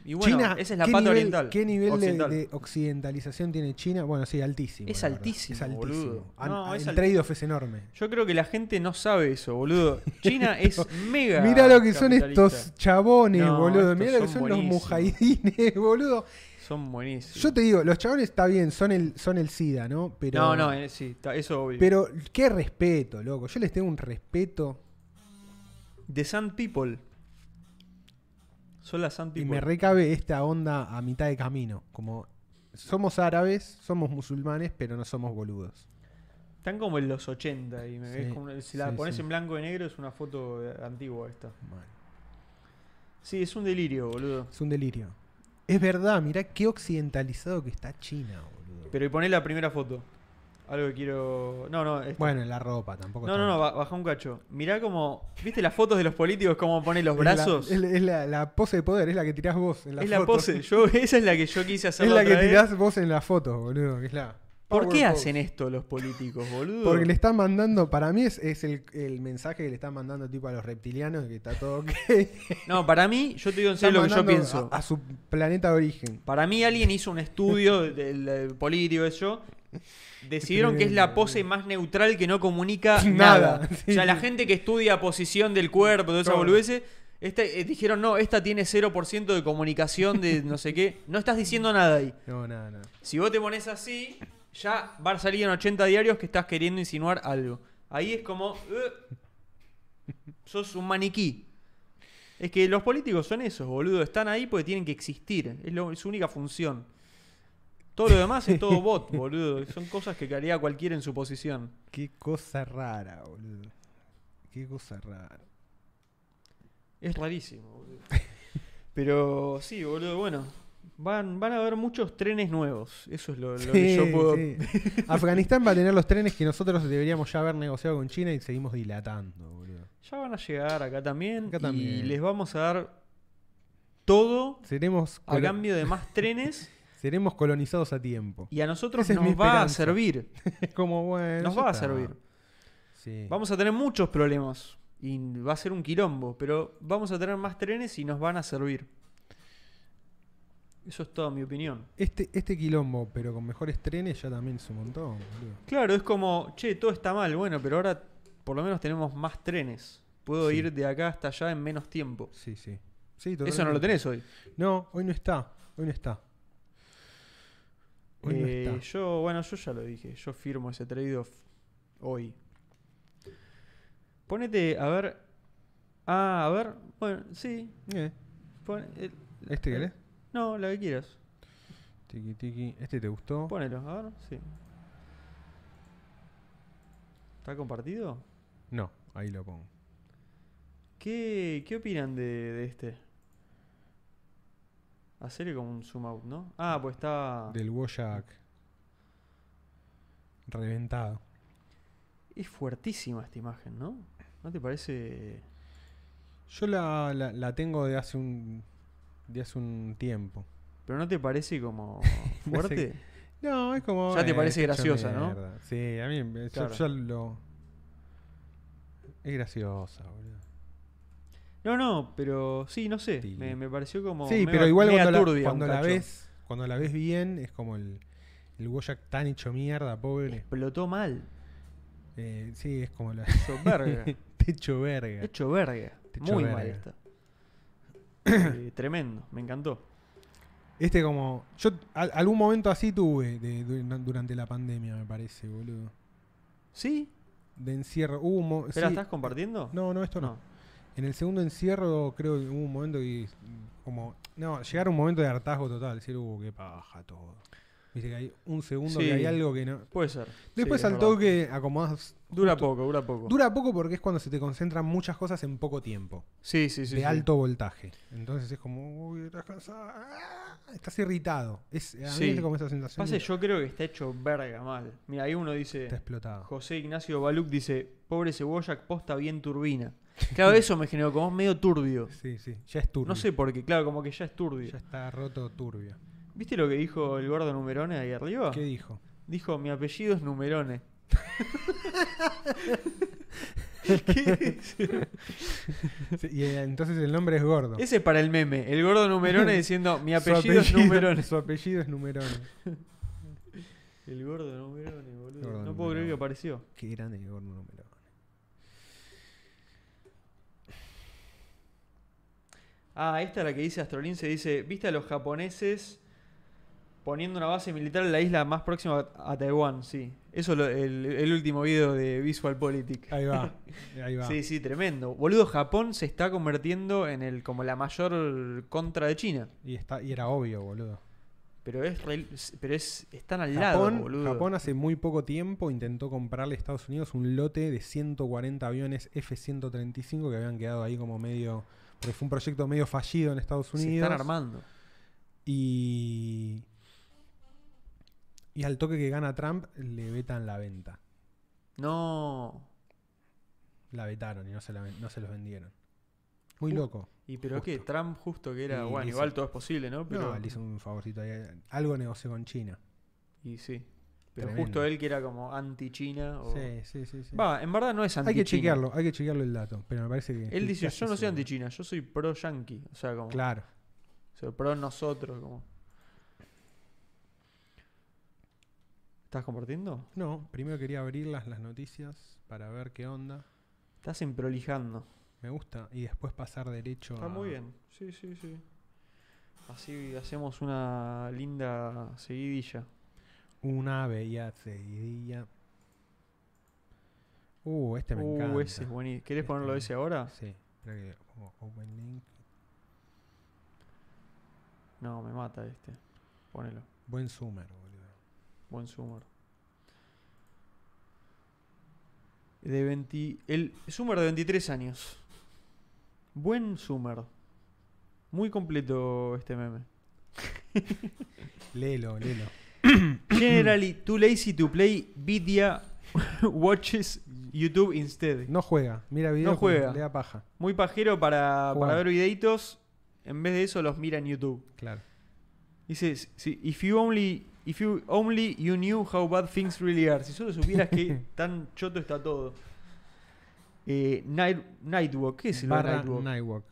Y bueno, China, esa es la ¿qué pata nivel, oriental. ¿Qué nivel de- occidental. de, occidentalización tiene China? Bueno, sí, altísimo. Es la verdad. altísimo, Es altísimo. boludo. An- No, es el altísimo. trade-off es enorme. Yo creo que la gente no sabe eso, boludo. China es mega. Mirá lo que son capitalista. estos chabones, No, boludo. estos Mirá lo que son son los buenísimos. mujahidines, boludo. Son buenísimos. Yo te digo, los chabones está bien, son el, son el SIDA, ¿no? Pero, No, no, eh, sí, ta- eso obvio. Pero qué respeto, loco. Yo les tengo un respeto The Sand People. Son las Sand y People. me recabe esta onda a mitad de camino. Como somos árabes, somos musulmanes, pero no somos boludos. Están como en los 80 y me Sí, ves como una- si la sí, pones sí. en blanco y negro es una foto eh, antigua esta. Sí, es un delirio, boludo. Es un delirio. Es verdad, mirá qué occidentalizado que está China, boludo. Pero y poné la primera foto. Algo que quiero. No, no, esta. bueno, en la ropa tampoco. no, no, no, ba- baja un cacho. Mirá como. ¿Viste las fotos de los políticos como ponen los Es la- brazos? Es, la, es la- la pose de poder, es la que tirás vos en la es foto. la pose. Yo, esa es la que yo quise hacer. Es la que otra vez. tirás vos en la foto, boludo. que es la ¿Por power pose. qué hacen esto los políticos, boludo? Porque le están mandando, para mí es, es el, el mensaje que le están mandando tipo a los reptilianos, que está todo ok. No, para mí, yo te digo en Están serio lo que yo mandando pienso. A, a su planeta de origen. Para mí alguien hizo un estudio del, del político, eso. Decidieron que es la pose más neutral que no comunica Nada, nada. sí, o sea, la sí. gente que estudia posición del cuerpo, toda esa Todo. boludez, este, eh, dijeron, no, esta tiene 0% de comunicación de no sé qué. No estás diciendo nada ahí. No, nada, nada. Si vos te pones así, ya va a salir en 80 diarios que estás queriendo insinuar algo. Ahí es como... eh, sos un maniquí. Es que los políticos son esos, boludo. Están ahí porque tienen que existir. Es, lo- es su única función. Todo lo demás es todo bot, boludo. Son cosas que haría cualquiera en su posición. Qué cosa rara, boludo. Qué cosa rara. Es rarísimo, boludo. Pero sí, boludo, bueno. Van, van a haber muchos trenes nuevos. Eso es lo, lo que yo Sí, puedo... sí. Afganistán va a tener los trenes que nosotros deberíamos ya haber negociado con China y seguimos dilatando, boludo. Ya van a llegar acá también. Acá también. Y les vamos a dar todo Seremos, a colo- cambio de más trenes. seremos colonizados a tiempo. Y a nosotros Esa es nos va mi a esperanza. servir. Como bueno. Nos ya va a está. servir. Sí. Vamos a tener muchos problemas. Y va a ser un quilombo. Pero vamos a tener más trenes y nos van a servir. Eso es toda mi opinión. Este, este quilombo, pero con mejores trenes, ya también es un montón, boludo. Claro, es como, che, todo está mal. Bueno, pero ahora por lo menos tenemos más trenes. Puedo Sí. ir de acá hasta allá en menos tiempo. Sí, sí. Sí, Eso no lo totalmente. tenés hoy. No, hoy no está. Hoy no está. Hoy no Eh, está. Yo, bueno, yo ya lo dije. Yo firmo ese trade-off hoy. Ponete, a ver. Ah, a ver. Bueno, sí. Eh, pon- el- ¿Este el- querés? No, la que quieras. Tiki, tiki. ¿Este te gustó? Ponelo, a ver, sí. ¿Está compartido? No, ahí lo pongo. ¿Qué, qué opinan de, de este? Hacerle como un zoom out, ¿no? Ah, pues está. Del Wojak. Reventado. Es fuertísima esta imagen, ¿no? ¿No te parece.? Yo la, la- la tengo de hace un. de hace un tiempo. ¿Pero no te parece como No sé fuerte? No, es como. Ya te parece está hecho graciosa, ¿no? mierda. Sí, a mí me- yo- Claro. yo lo. Es graciosa, boludo. No, no, pero sí, no sé. Sí. Me, me pareció como. Sí, mega- pero igual mega cuando, la- turbia un cuando la, cacho. ves, cuando la ves bien, es como el, el Bojack tan hecho mierda, pobre. Explotó mal. Eh, sí, es como la Hecho verga. hecho verga. Hecho verga. Hecho Muy mal verga. esta. Eh, tremendo, me encantó. Este como. Yo al- algún momento así tuve de- du- durante la pandemia, me parece, boludo. ¿Sí? De encierro. Hubo un mo- ¿Pero sí. estás compartiendo? No, no, esto no. En el segundo encierro creo que hubo un momento que mm, como no, llegar a un momento de hartazgo total, decir, uh, qué paja todo. Viste que hay un segundo Sí. que hay algo que no. Puede ser. Después Sí, al es verdad. toque acomodás. Dura justo- poco, dura poco. Dura poco porque es cuando se te concentran muchas cosas en poco tiempo, sí, sí, sí. de sí. alto voltaje. Entonces es como, uy, estás cansado, ah, estás irritado. Es, a Sí. mí es como esa sensación Pase, de, yo creo que está hecho verga mal. Mira, ahí uno dice. está explotado. José Ignacio Baluc dice: Pobre cebolla, posta bien turbina. Claro, eso me generó como medio turbio. Sí, sí, ya es turbio. No sé por qué, claro, como que ya es turbio. Ya está roto turbio. ¿Viste lo que dijo el gordo Numerone ahí arriba? ¿Qué dijo? Dijo, mi apellido es Numerone. ¿Qué es? Sí, y eh, entonces el nombre es gordo. Ese es para el meme. El gordo Numerone diciendo, mi apellido, es Numerone. Su apellido es Numerone. El gordo Numerone, boludo. Gordo no puedo creer Numerone. que apareció. Qué grande que Gordo Numerone. Ah, esta es la que dice Astrolín. Se dice, ¿viste a los japoneses poniendo una base militar en la isla más próxima a a Taiwán? Sí. Eso es lo- el, el último video de Visual Politic. Ahí va. Ahí va. Sí, sí, tremendo. Boludo, Japón se está convirtiendo en el como la mayor contra de China. Y, está, y era obvio, boludo. Pero es re- pero es están al lado, Japón, boludo. Japón hace muy poco tiempo intentó comprarle a Estados Unidos un lote de 140 aviones F-135 que habían quedado ahí como medio. Porque fue un proyecto medio fallido en Estados Unidos. se están armando. Y. Y al toque que gana Trump, le vetan la venta. No. La vetaron y no se, la ven- no se los vendieron. Muy Uh, loco. ¿Y pero qué? Justo. Trump justo que Y le era, bueno, hizo- igual todo es posible, ¿no? Pero No, le hizo un favorcito ahí. Algo negoció con China. y sí. Pero Tremendo. justo él que era como anti-China o- Sí, sí, sí. sí. Oh. Va, en verdad no es anti-China. Hay que chequearlo, hay que chequearlo el dato, pero me parece que. Él que dice, casi "Yo no soy seguro". anti-China, yo soy pro yanqui, o sea, como Claro. o sea, pro nosotros como ¿Estás compartiendo? No, primero quería abrir las, las noticias para ver qué onda. Estás emprolijando. Me gusta. Y después pasar derecho Está a- Ah, muy bien. Sí, sí, sí. Así hacemos una linda seguidilla. Una bella seguidilla. Uh, este me encanta. Uh, ese es buenísimo. ¿Querés Este ponerlo me- ese ahora? Sí, espera que le pongo open link. No, me mata este. Ponelo. Buen zoomer, boludo. Buen Summer. De 20 el Summer de 23 años. Buen Summer. Muy completo este meme. Lelo, lelo. Generally, too lazy to play Vidia watches YouTube instead. No juega, mira video. No juega. Le da paja. Muy pajero para, para Jugar. ver videitos. En vez de eso los mira en YouTube. Claro. Dice, si- if you only if you only you knew how bad things really are. Si solo supieras que tan choto está todo. Eh, Night, Nightwalk, ¿qué es el Barra Nightwalk? Nightwalk.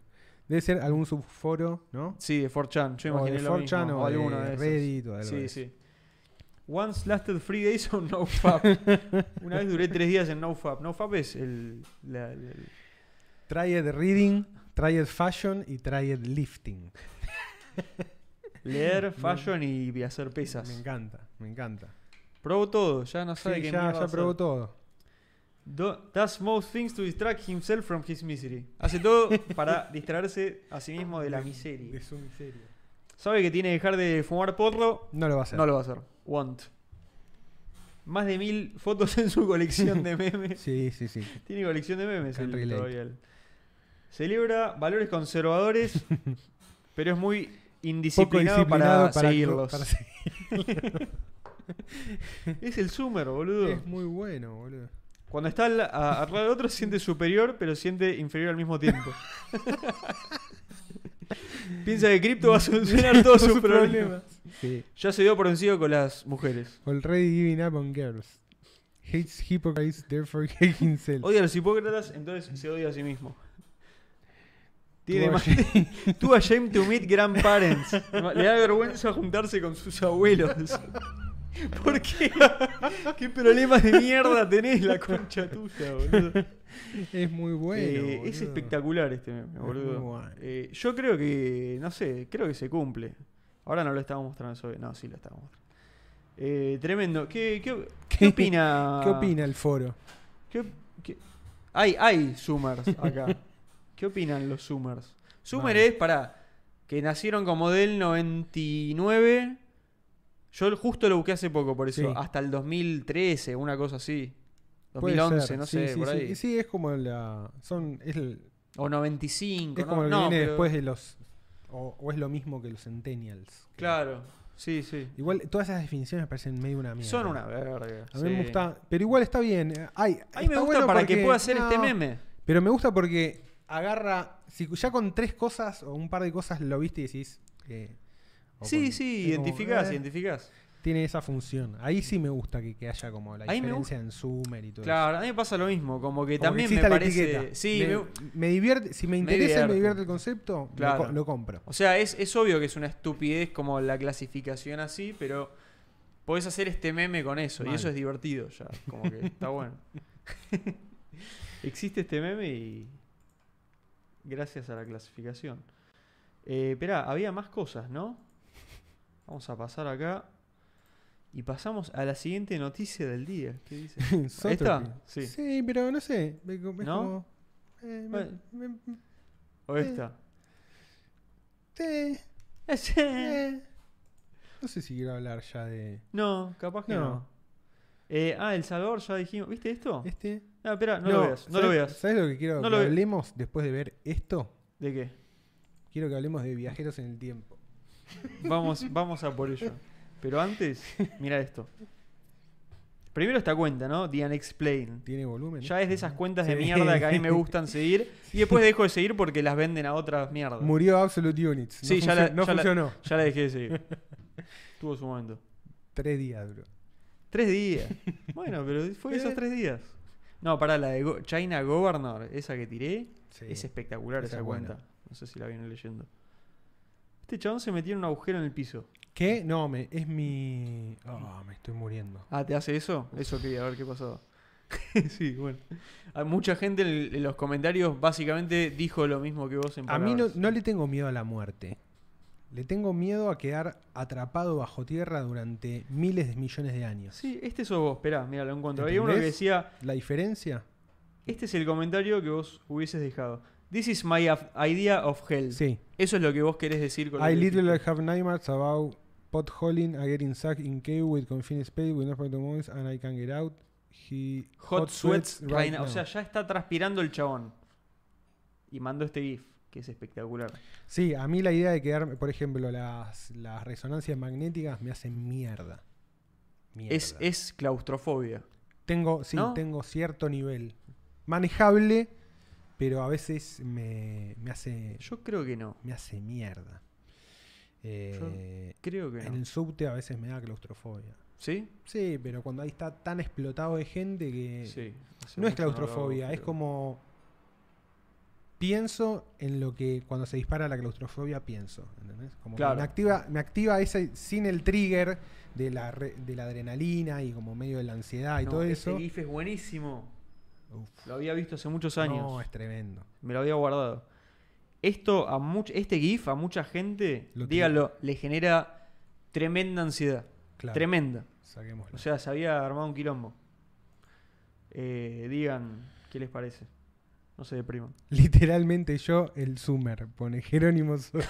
Debe ser algún subforo, ¿no? Sí, de 4chan, yo o imaginé Oh, de lo mismo, 4chan o alguno de esos. Reddit o de algo de Sí, eso. sí. Once lasted three days on NoFap. Una vez duré tres días en NoFap. NoFap es el, la- la- el- Try it reading, try it fashion y try it lifting. leer, fashion y hacer Me pesas. encanta, me encanta. Probó todo, ya no sabe Sí, qué ya, mierda ya hacer. probó todo. Do- does most things to distract himself from his misery. Hace todo para distraerse a sí mismo de la miseria. su miseria. Sabe que tiene que dejar de fumar porro, No lo va a hacer. no lo va a hacer. Want. más de mil fotos en su colección de memes. Sí, sí, sí. Tiene colección de memes el Can relate. Royal. Celebra valores conservadores, pero es muy indisciplinado, para, seguirlos. para seguir- Es el Summer, boludo. Es muy bueno, boludo. Cuando está al, a- al lado del otro se siente superior, pero se siente inferior al mismo tiempo. Piensa que cripto va a solucionar todos sus problemas. Sí. Ya se dio por vencido con las mujeres. Already giving up on girls. Hates hypocrites, therefore hate himself. Odia a los hipócratas, entonces se odia a sí mismo. Tiene Tú a más. Tú a James to meet grandparents. Le da vergüenza juntarse con sus abuelos. ¿Por qué? ¿Qué problemas de mierda tenés la concha tuya, boludo? Es muy bueno. Eh, es boludo. espectacular este meme, muy boludo. bueno. Eh, yo creo que, no sé, creo que se cumple. Ahora no lo estamos mostrando sobre. No, sí lo estamos mostrando. Eh, tremendo. ¿Qué, qué, qué opina? ¿Qué opina el foro? ¿Qué op- qué- Hay, hay Zoomers acá. ¿Qué opinan los Zoomers? Zoomer Vale. es, para que nacieron como del 99. Yo justo lo busqué hace poco, por eso. Sí. Hasta el 2013, una cosa así. Puede 2011, ser, no sí, sé, sí, por sí. ahí. Y sí, es como la. Son, es el- O 95. es ¿no? como lo que No, viene pero- después de los. O, o es lo mismo que los Centennials. Claro, sí, sí. Igual todas esas definiciones me parecen medio una mierda. Son una verga. A mí me sí. gusta. Pero igual está bien. eh, Ay, A mí me está gusta bueno para que porque- pueda hacer este no, meme. Pero me gusta porque agarra. Si ya con tres cosas o un par de cosas lo viste y decís. eh, o Sí, con- sí, es como, identificás, eh, identificás. Tiene esa función. Ahí sí me gusta que, que haya como la Ahí me diferencia en Zoomer y todo eso. Claro, a mí me pasa lo mismo, como que Como que también exista me la parece... etiqueta. Sí, me, me- me divierte. Si me me interesa y divierte. me divierte el concepto, lo Claro. co- lo, compro. o sea, es, es obvio que es una estupidez como la clasificación así, pero podés hacer este meme con eso, y Mal. eso es divertido ya, como que está bueno. Existe este meme y... Gracias a la clasificación. Eh, esperá, había más cosas, ¿no? Vamos a pasar acá. Y pasamos a la siguiente noticia del día. ¿Qué dice? Sotopi. ¿Esta? Sí. pero no sé. me- me- es ¿No? como, eh, me- Bueno. me- ¿O Eh. esta? sí, eh. No sé si quiero hablar ya de. No, capaz que no. No. Eh, ah, El Salvador, ya dijimos. ¿Viste esto? Este. No, espera, no, lo veas, no lo ¿sabes- veas. ¿Sabes lo que quiero No que lo ve- hablemos después de ver esto? ¿De qué? Quiero que hablemos de viajeros en el tiempo. Vamos, vamos a por ello. Pero antes, mira esto. Primero esta cuenta, ¿no? The Unexplained. ¿Tiene volumen? Ya es de esas cuentas de Sí. mierda que a mí me gustan seguir. Y después dejo de seguir porque las venden a otras mierdas. Murió Absolute Units. Sí, no ya funcio- no la- ya la- funcionó. Ya la dejé de seguir. Tuvo su momento. Tres días, bro. Tres días. Bueno, pero fue esos tres días. No, pará, la de Go- China Governor, esa que tiré. Sí. Es espectacular Esa esa es buena. cuenta. No sé si la vienen leyendo. Este chabón se metió en un agujero en el piso. ¿Qué? No, me, es mi. Ah, me estoy muriendo. Ah, ¿te hace eso? Eso quería ver qué pasaba. sí, bueno. Hay mucha gente en, el- en los comentarios básicamente dijo lo mismo que vos en A mí no, palabras. no le tengo miedo a la muerte. Le tengo miedo a quedar atrapado bajo tierra durante miles de millones de años. Sí, este sos vos. Esperá, mira, lo encuentro. Había uno que ¿Entendés? decía, ¿La diferencia? este es el comentario que vos hubieses dejado. This is my af- idea of hell. Sí. Eso es lo que vos querés decir con lo I que literally dijiste. have nightmares about potholing, I getting stuck in cave with confined space with no automobiles and I can get out. He Hot, sweats, right now. O sea, ya está transpirando el chabón. Y mandó este GIF, que es espectacular. Sí, a mí la idea de quedarme, por ejemplo, las, las resonancias magnéticas me hacen mierda. Mierda. Es, es claustrofobia. Tengo, sí, ¿No? tengo cierto nivel. Manejable, pero a veces me, me hace. Yo creo que no. Me hace mierda. Eh, Creo que en no. el subte a veces me da claustrofobia. ¿Sí? Sí, pero cuando ahí está tan explotado de gente que. Sí. Eh, Hace No es mucho lo hago, claustrofobia, es pero- como. Pienso en lo que cuando se dispara la claustrofobia pienso. ¿entendés? Como que Claro. me activa, me activa ese sin el trigger de la, re- de la adrenalina y como medio de la ansiedad y No, todo ese eso. GIF es buenísimo. Uf, Lo había visto hace muchos años. no, es tremendo. Me lo había guardado. Esto a much- este GIF a mucha gente, Lo tiene. dígalo, le genera tremenda ansiedad. Claro. Tremenda. Saquémoslo. O sea, se había armado un quilombo. Eh, digan, ¿qué les parece? No se depriman. Literalmente yo, el Sumer, pone Jerónimo Sosa.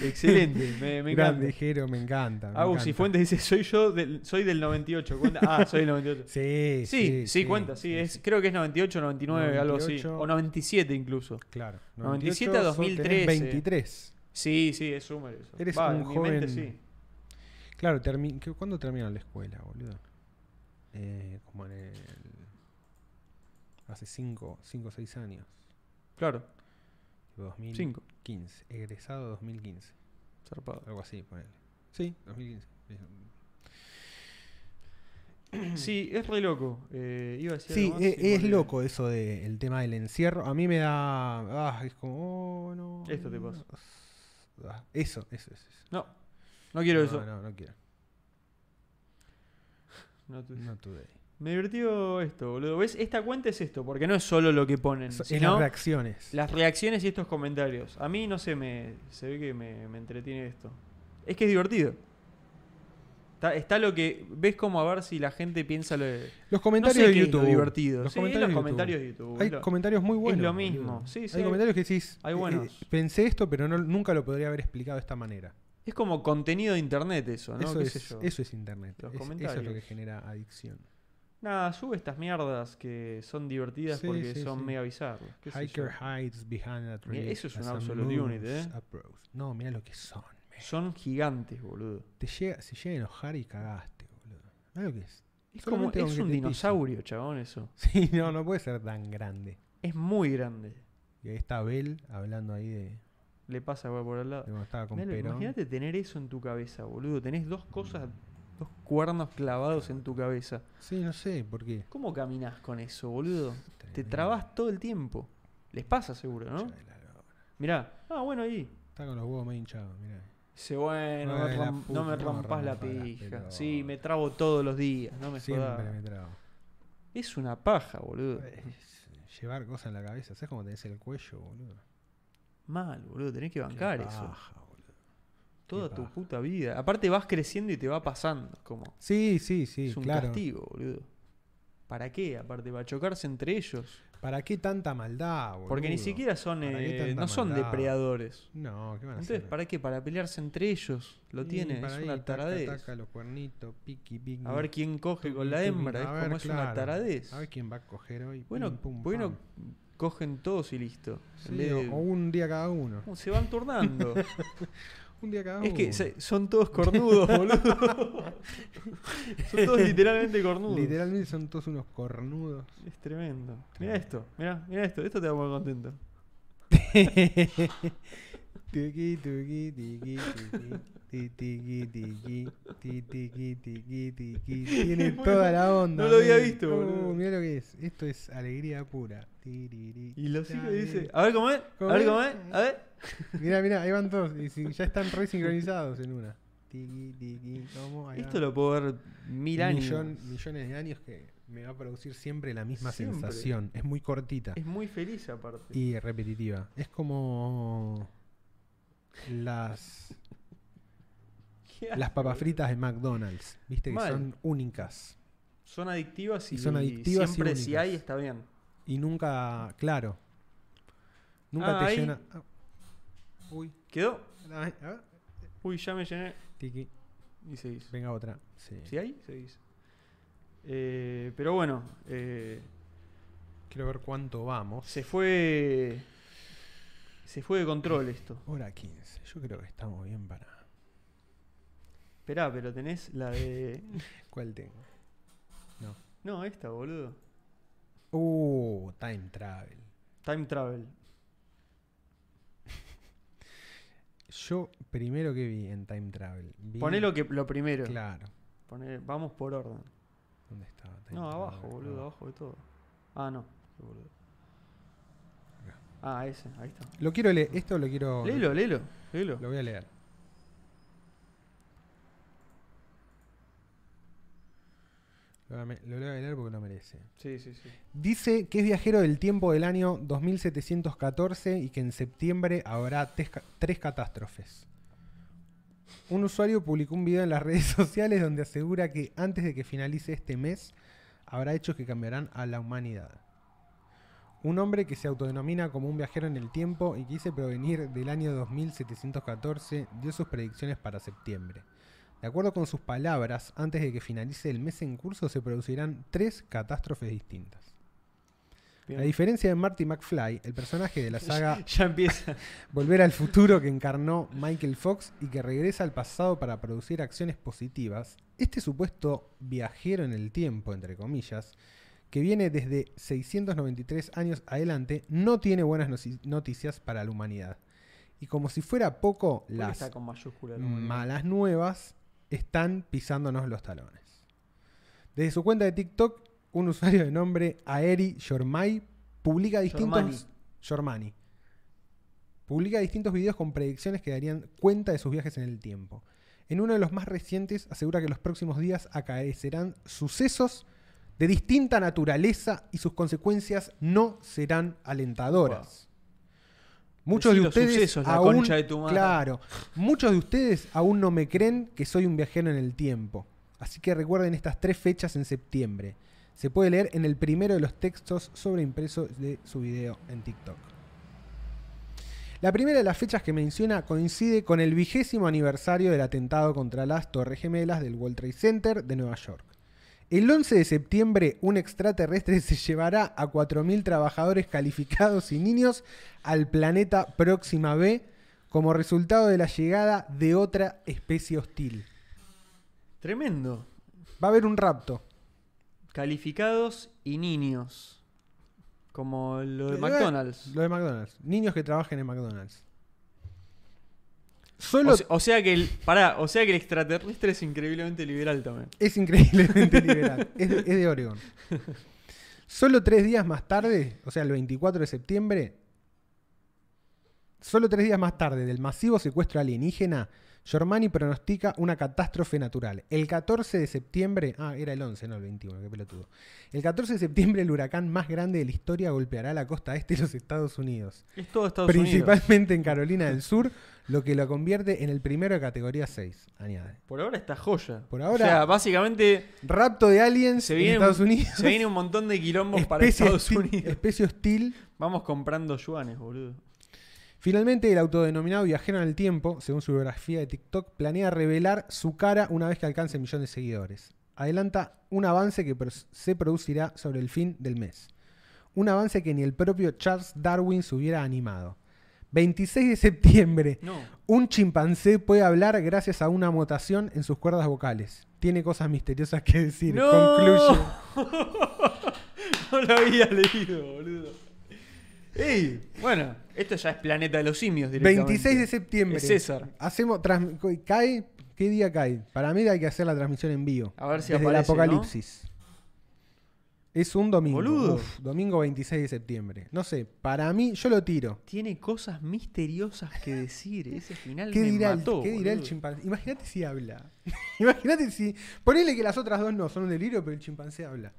Excelente, me, me encanta. Grande, Jero, me encanta. me Agus y encanta. Fuentes dice, soy yo del, soy del 98. Cuenta- Ah, soy del 98. Sí, Sí, sí, cuenta, sí. es, Creo que es 98, 99, algo así. O 97 incluso. Claro. 97 98, a sos- tenés 2013. 23. Sí, sí, es Summer eso. Eres Va, un en mi mente joven- sí. Claro, termi- ¿qué- ¿cuándo terminó la escuela, boludo? Eh, como en el... Hace 5 o 6 años. Claro, Tipo 2015. 5. Egresado 2015. Zarpado. Algo así, ponele. Sí, 2015. Sí, es re loco. Eh, iba a decir Sí, e, algo más es, y me olvidé. loco eso del tema del encierro. A mí me da... Ah, es como... Oh, no. Esto te pasa. Ah, Eso, eso, eso. eso. No, no quiero no, eso. No, no quiero. No te- No today. Me divirtió esto, boludo. ¿Ves? Esta cuenta es esto, porque no es solo lo que ponen, So- en las sino reacciones. las reacciones y estos comentarios. A mí, no sé, me, se ve que me, me entretiene esto. Es que es divertido. Está, está lo que... ¿Ves como a ver si la gente piensa lo de... Los No comentarios sé de qué es lo YouTube. divertido. Los Sí, comentarios los de comentarios YouTube. de YouTube. Hay Lo- comentarios muy buenos. lo boludo. mismo. Sí, sí, Hay hay- comentarios que decís. hay eh, eh, buenos. pensé esto, pero no- nunca lo podría haber explicado de esta manera. Es como contenido de internet eso, ¿no? eso, ¿Qué es, sé yo? eso es internet. Es- eso Los es lo comentarios. que genera adicción. Nada, sube estas mierdas que son divertidas Sí, porque sí, son sí. mega bizarros. qué sé yo. Hiker hides behind a tree. Mira, eso es as un a absolute moose unit, eh. approach. No, mira lo que son. man. Son gigantes, boludo. Te llega, se llega a enojar y cagaste, boludo. Mirá lo que es? Es como Solamente con es que un te pille. dinosaurio, chabón, eso. Sí, no, no puede ser tan grande. Es muy grande. Y ahí está Abel hablando ahí de, de Le pasa por por al lado. cuando estaba con Mirá, Perón. Imagínate tener eso en tu cabeza, boludo. Tenés dos cosas, dos cuernos clavados en tu cabeza. Sí, no sé por qué. ¿Cómo caminás con eso, boludo? Te Tremendo. trabas todo el tiempo. Les pasa seguro, ¿no? Ya de la lora. Mirá, ah, bueno, ahí. Está con los huevos medio hinchados, mirá. Dice, bueno, Ay, no, la ram- puta, no no me me rompas la rompas las pija. pelotas. Sí, me trabo todos los días, no me Siempre jodas. me trabo. Es una paja, boludo. Es- Llevar cosas en la cabeza, ¿sabes cómo tenés el cuello, boludo? Mal, boludo, tenés que Qué bancar eso. paja, boludo. Toda tu paja. puta vida. Aparte vas creciendo y te va pasando. es Como, Sí, sí, sí, es un claro. castigo, boludo. ¿Para qué? Aparte, para chocarse entre ellos. ¿Para qué tanta maldad, boludo? Porque ni siquiera son, ¿Para qué eh, tanta no son maldad? depredadores. No, ¿qué van a Entonces, hacer? ¿para qué? Para pelearse entre ellos. Lo Sí, tienen, para es ahí, una taca, taradez. taca, los cuernitos, piqui, piqui. A ver quién coge con la tuqui, hembra, a es ver, como es una claro, taradez. A ver quién va a coger hoy. Bueno, pim, pum, bueno, pam. cogen todos y listo. En Sí, vez o, de- o un día cada uno. Uh, se van turnando. Un día cada es uno. que se- son todos cornudos, boludo. son todos literalmente cornudos. Literalmente son todos unos cornudos. Es tremendo. Mira esto, mira, mira esto, esto te va a poner contento. Tiqui, tuqui, tiqui, tiqui, ti, tiqui, tiqui, ti, tiqui, tiqui, tiqui. Tiene Bueno, toda la onda. no lo había men. visto, boludo. Mirá lo que es. Esto es alegría pura. Tiriri, Y lo sigue y dice, dale. a ver cómo es, a ¿Cómo ver es? cómo es, a ver. Mirá, mirá, ahí van todos. Y si- ya están re sincronizados en una. Tiqui, tiqui, ¿cómo? Ahí Esto va. lo puedo ver mil años. Millón- millones de años que me va a producir siempre la misma Siempre. sensación. Es muy cortita. Es muy feliz aparte. Y repetitiva. Es como las, ¿Qué las hace, papas boludo? fritas de McDonald's. Viste que Mal. son únicas. Son adictivas y, Y son adictivas y siempre si únicas. hay está bien. Y nunca, claro. Nunca Ah, te ahí. llena. ah. Uy, ¿Quedó? dame, a ver. Uy, ya me llené. Tiki, Y seguís. venga otra. Sí. Si hay, seguís. Eh, pero bueno, eh, Quiero ver cuánto vamos. se fue. Se fue de control esto. Hora 15. Yo creo que estamos bien para. Esperá, pero tenés la de. ¿Cuál tengo? No, esta, boludo. Uh, Time Travel. Time Travel. Yo primero que vi en Time Travel. Vi, Poné lo, que, lo primero. Claro. Poné- vamos por orden. ¿Dónde estaba? Time No, abajo, Travel? boludo, abajo de todo. Ah, no. qué boludo. Acá. Ah, ese, ahí está. Lo quiero leer. Esto lo quiero. Léelo, léelo, léelo. Lo voy a leer. Lo voy a me- lo voy a leer porque lo merece. Sí, sí, sí. Dice que es viajero del tiempo del año 2714 y que en septiembre habrá tres, ca- tres catástrofes. Un usuario publicó un video en las redes sociales donde asegura que antes de que finalice este mes habrá hechos que cambiarán a la humanidad. Un hombre que se autodenomina como un viajero en el tiempo y quise provenir del año 2714 dio sus predicciones para septiembre. De acuerdo con sus palabras, antes de que finalice el mes en curso se producirán tres catástrofes distintas. Bien. A diferencia de Marty McFly, el personaje de la saga Ya empieza. Volver al futuro que encarnó Michael Fox y que regresa al pasado para producir acciones positivas, este supuesto viajero en el tiempo, entre comillas, que viene desde 693 años adelante, no tiene buenas noci- noticias para la humanidad. Y como si fuera poco, ¿Por qué las Está con mayúscula. el nombre? Mm, malas nuevas están pisándonos los talones. Desde su cuenta de TikTok, un usuario de nombre Aeri Yormai publica distintos. Yormani. Publica distintos videos con predicciones que darían cuenta de sus viajes en el tiempo. En uno de los más recientes asegura que los próximos días acaecerán sucesos de distinta naturaleza y sus consecuencias no serán alentadoras. Muchos Decí los de ustedes sucesos, la aún, concha de tu madre. claro, muchos de ustedes aún no me creen que soy un viajero en el tiempo. Así que recuerden estas tres fechas en septiembre. Se puede leer en el primero de los textos sobreimpresos de su video en TikTok. La primera de las fechas que menciona coincide con el vigésimo aniversario del atentado contra las Torres Gemelas del World Trade Center de Nueva York. El 11 de septiembre, un extraterrestre se llevará a 4.000 trabajadores calificados y niños al planeta Próxima B como resultado de la llegada de otra especie hostil. Tremendo. Va a haber un rapto. Calificados y niños. Como lo de Eh, McDonald's. Lo de McDonald's. Niños que trabajen en McDonald's. Solo O se- o sea que el. Pará, o sea que el extraterrestre es increíblemente liberal también. es increíblemente liberal. Es de, es de Oregon. Solo tres días más tarde, o sea, el 24 de septiembre, solo tres días más tarde del masivo secuestro alienígena, Germani pronostica una catástrofe natural. El 14 de septiembre, ah, era el 11, no el 21, qué pelotudo. El 14 de septiembre el huracán más grande de la historia golpeará la costa este de los Estados Unidos. Es todo Estados Unidos. principalmente en Carolina del Sur, lo que lo convierte en el primero de categoría 6, añade. Por ahora está joya. Por ahora- O sea, básicamente Rapto de aliens se viene, en Estados un, Unidos. se viene un montón de quilombos para Especie Estados hostil- Unidos. especie hostil. Vamos comprando yuanes, boludo. Finalmente, el autodenominado viajero en el tiempo, según su biografía de TikTok, planea revelar su cara una vez que alcance el millón de seguidores. Adelanta un avance que pro- se producirá sobre el fin del mes. Un avance que ni el propio Charles Darwin se hubiera animado. 26 de septiembre. No. Un chimpancé puede hablar gracias a una mutación en sus cuerdas vocales. Tiene cosas misteriosas que decir. no. Concluye. no lo había leído, boludo. Ey, bueno, esto ya es Planeta de los Simios directamente. 26 de septiembre. Es César. Hacemos. trans- co- ¿Cae? ¿Qué día cae? Para mí hay que hacer la transmisión en vivo. A ver si Desde aparece, el apocalipsis. Es un domingo. Boludo. Uf, domingo 26 de septiembre. No sé, para mí, yo lo tiro. Tiene cosas misteriosas que decir. Ese final ¿Qué me dirá, mató, el, ¿qué dirá el boludo. chimpancé? Imagínate si habla. Imagínate si. Ponele que las otras dos no, son un delirio, pero el chimpancé habla.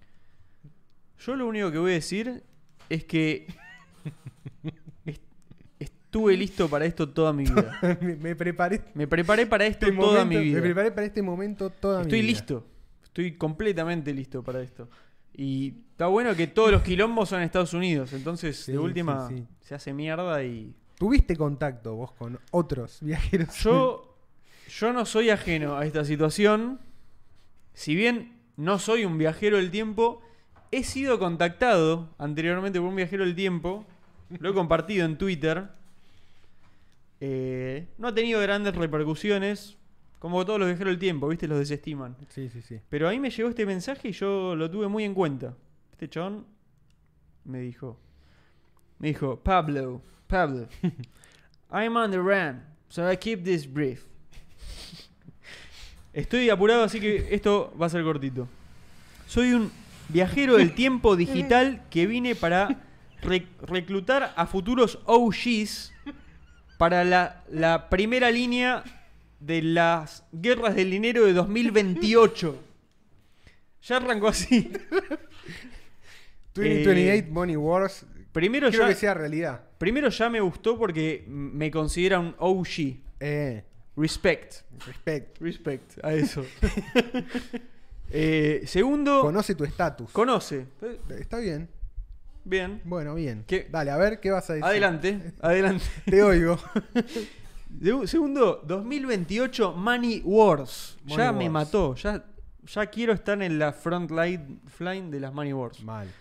Yo lo único que voy a decir es que est- estuve listo para esto toda mi vida. me, me preparé este Me preparé para esto toda momento. mi vida. Me preparé para este momento toda mi Estoy vida. listo. Estoy completamente listo para esto. Y está bueno que todos los quilombos son en Estados Unidos. Entonces, Sí, de última, sí, sí. se hace mierda y. Tuviste contacto vos con otros viajeros. Yo, yo no soy ajeno a esta situación. Si bien no soy un viajero del tiempo, he sido contactado anteriormente por un viajero del tiempo. Lo he compartido en Twitter. Eh, no ha tenido grandes repercusiones. Como todos los viajeros del tiempo, ¿viste? Los desestiman. Sí, sí, sí. Pero ahí me llegó este mensaje y yo lo tuve muy en cuenta. Este chabón me dijo. Me dijo, Pablo, Pablo, I'm on the run, so I keep this brief. Estoy apurado, así que esto va a ser cortito. Soy un viajero del tiempo digital que vine para re- reclutar a futuros OGs para la, la primera línea de las guerras del dinero de 2028. Ya arrancó así. 2028 Eh, Money Wars. Primero Quiero ya, que sea realidad. primero ya me gustó porque me considera un OG. Eh, Respect. respect. Respect a eso. Eh, segundo, Conoce tu estatus. conoce. Está bien. Bien. Bueno, bien. ¿Qué? Dale, a ver qué vas a decir. Adelante, adelante. Te oigo. De- Segundo, 2028 Money Wars. Money ya me Wars. mató. Ya, ya quiero estar en la front line, line de las Money Wars. Mal,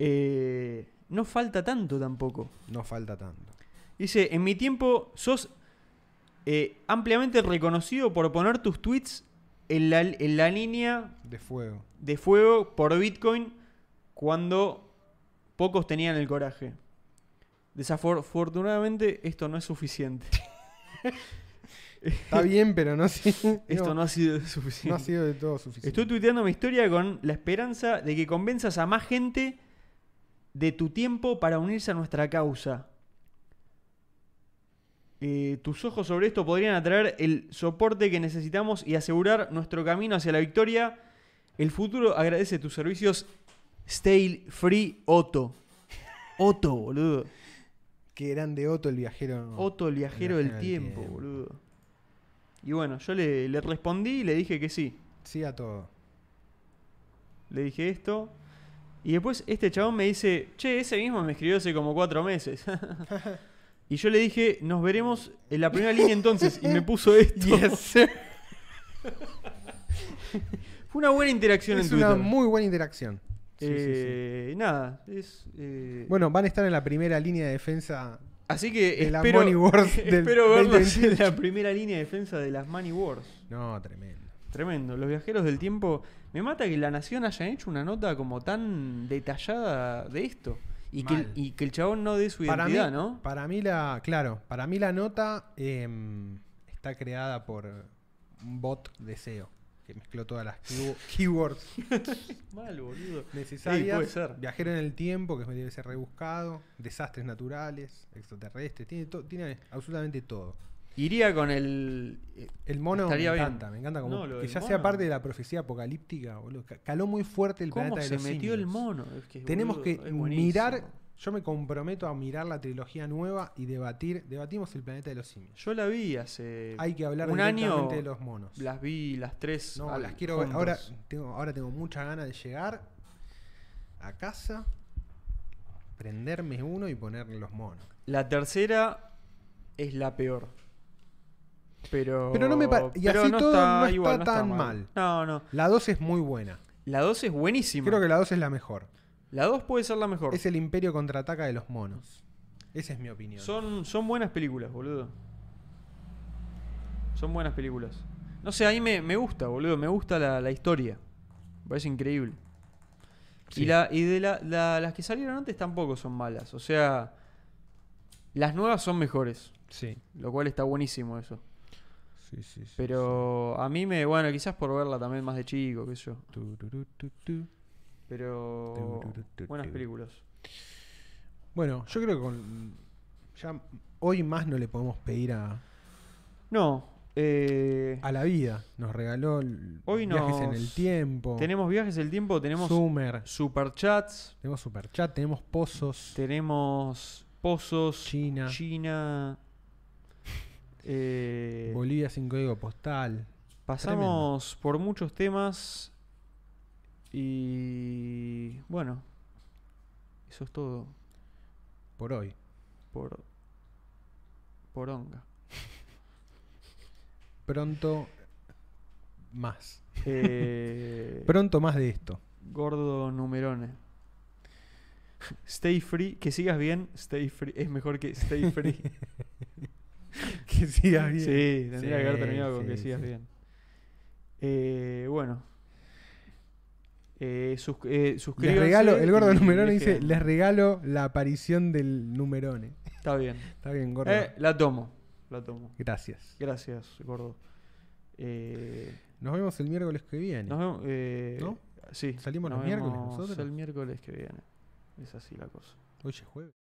Eh, no falta tanto tampoco. no falta tanto. Dice, en mi tiempo sos eh, ampliamente reconocido por poner tus tweets en la, en la línea De fuego. de fuego por Bitcoin cuando pocos tenían el coraje. Desafortunadamente esto no es suficiente. Está bien, pero no, si- Esto no ha sido no ha suficiente. sido de todo suficiente. Estoy tuiteando mi historia con la esperanza de que convenzas a más gente de tu tiempo para unirse a nuestra causa. Eh, tus ojos sobre esto podrían atraer el soporte que necesitamos y asegurar nuestro camino hacia la victoria. El futuro agradece tus servicios. Stay free, Otto. Otto, boludo. Que eran de Otto el viajero. Otto, el viajero del tiempo, boludo. Y bueno, yo le, le respondí y le dije que sí. Sí a todo. Le dije esto. Y después este chabón me dice, che, ese mismo me escribió hace como cuatro meses. y yo le dije, nos veremos en la primera línea entonces. Y me puso esto. Fue una buena interacción en Es Twitter. una muy buena interacción. Sí, sí, sí. Eh, Nada, es... eh, Bueno, van a estar en la primera línea de defensa. así que de la espero, Money Wars del espero verlos 2028. en la primera línea de defensa de las Money Wars. No, tremendo. Tremendo. Los viajeros del tiempo... Me mata que La Nación haya hecho una nota como tan detallada de esto. Y, que, el- Mal. y que el chabón no dé su Para mí, identidad, ¿no? para mí la, claro, para mí la nota em, está creada por un bot de SEO que mezcló todas las keywo- keywords Mal, boludo. Sí, necesarias. puede ser. Viajero en el tiempo, que debe ser rebuscado, desastres naturales, extraterrestres, tiene, to- tiene absolutamente todo. Iría con el. eh, El mono Estaría me bien. encanta, me encanta No, como lo que del ya sea mono. parte de la profecía apocalíptica, boludo. Ca- Caló muy fuerte el ¿Cómo planeta de se los metió el simios. mono? Es que, Tenemos boludo, que es buenísimo. mirar, yo me comprometo a mirar la trilogía nueva y debatir, debatimos el planeta de los simios. Yo la vi hace. Hay que hablar un año Ah, directamente de los monos. Las vi las tres. no, al- las quiero ver. juntas. Ahora tengo, ahora tengo mucha ganas de llegar a casa, prenderme uno y poner los monos. La tercera es la peor. Pero. Pero no me pa- y pero así todo no está igual, tan mal. No, no. La 2 es muy buena. La dos es buenísima. Creo que la 2 es la mejor. La dos puede ser la mejor. Es el imperio contraataca de los monos. Esa es mi opinión. Son, son buenas películas, boludo. Son buenas películas. No sé, a mí me, me gusta, boludo. Me gusta la, la historia. Me parece increíble. Sí. Y, la, y de la- la- las que salieron antes tampoco son malas. O sea, las nuevas son mejores. Sí. Lo cual está buenísimo eso. Sí, sí, sí. Pero a mí me... Bueno, quizás por verla también más de chico, qué sé yo. Tururututu. Pero... Buenas películas. Bueno, yo creo que con. Ya hoy más no le podemos pedir a, No. Eh, a la vida. Nos regaló el- Hoy viajes nos- en el tiempo. tenemos viajes del tiempo, tenemos Summer. superchats. Tenemos superchat. Tenemos pozos. Tenemos pozos. China. China. Eh, Bolivia sin código postal. pasamos por muchos temas. Y bueno. Eso es todo Por hoy. por. Por onga. Pronto. Más. Eh, Pronto más de esto. gordo numerone. Stay free, que sigas bien, stay free. Es mejor que stay free. Que sigas Ah, bien. Sí, tendría que haber Sí, terminado con sí, que sigas sí. bien. Eh, bueno. Eh, sus- eh, Les suscríbanse regalo, el gordo y numerone dice, dejen- les regalo la aparición del numerone. Está bien. Está bien, gordo. Eh, la tomo. La tomo. Gracias. Gracias, gordo. Eh, Nos vemos el miércoles que viene. nos vemos. eh, ¿No? Sí. ¿Salimos nos los miércoles vemos nosotros? El miércoles que viene. Es así la cosa. Hoy es jueves.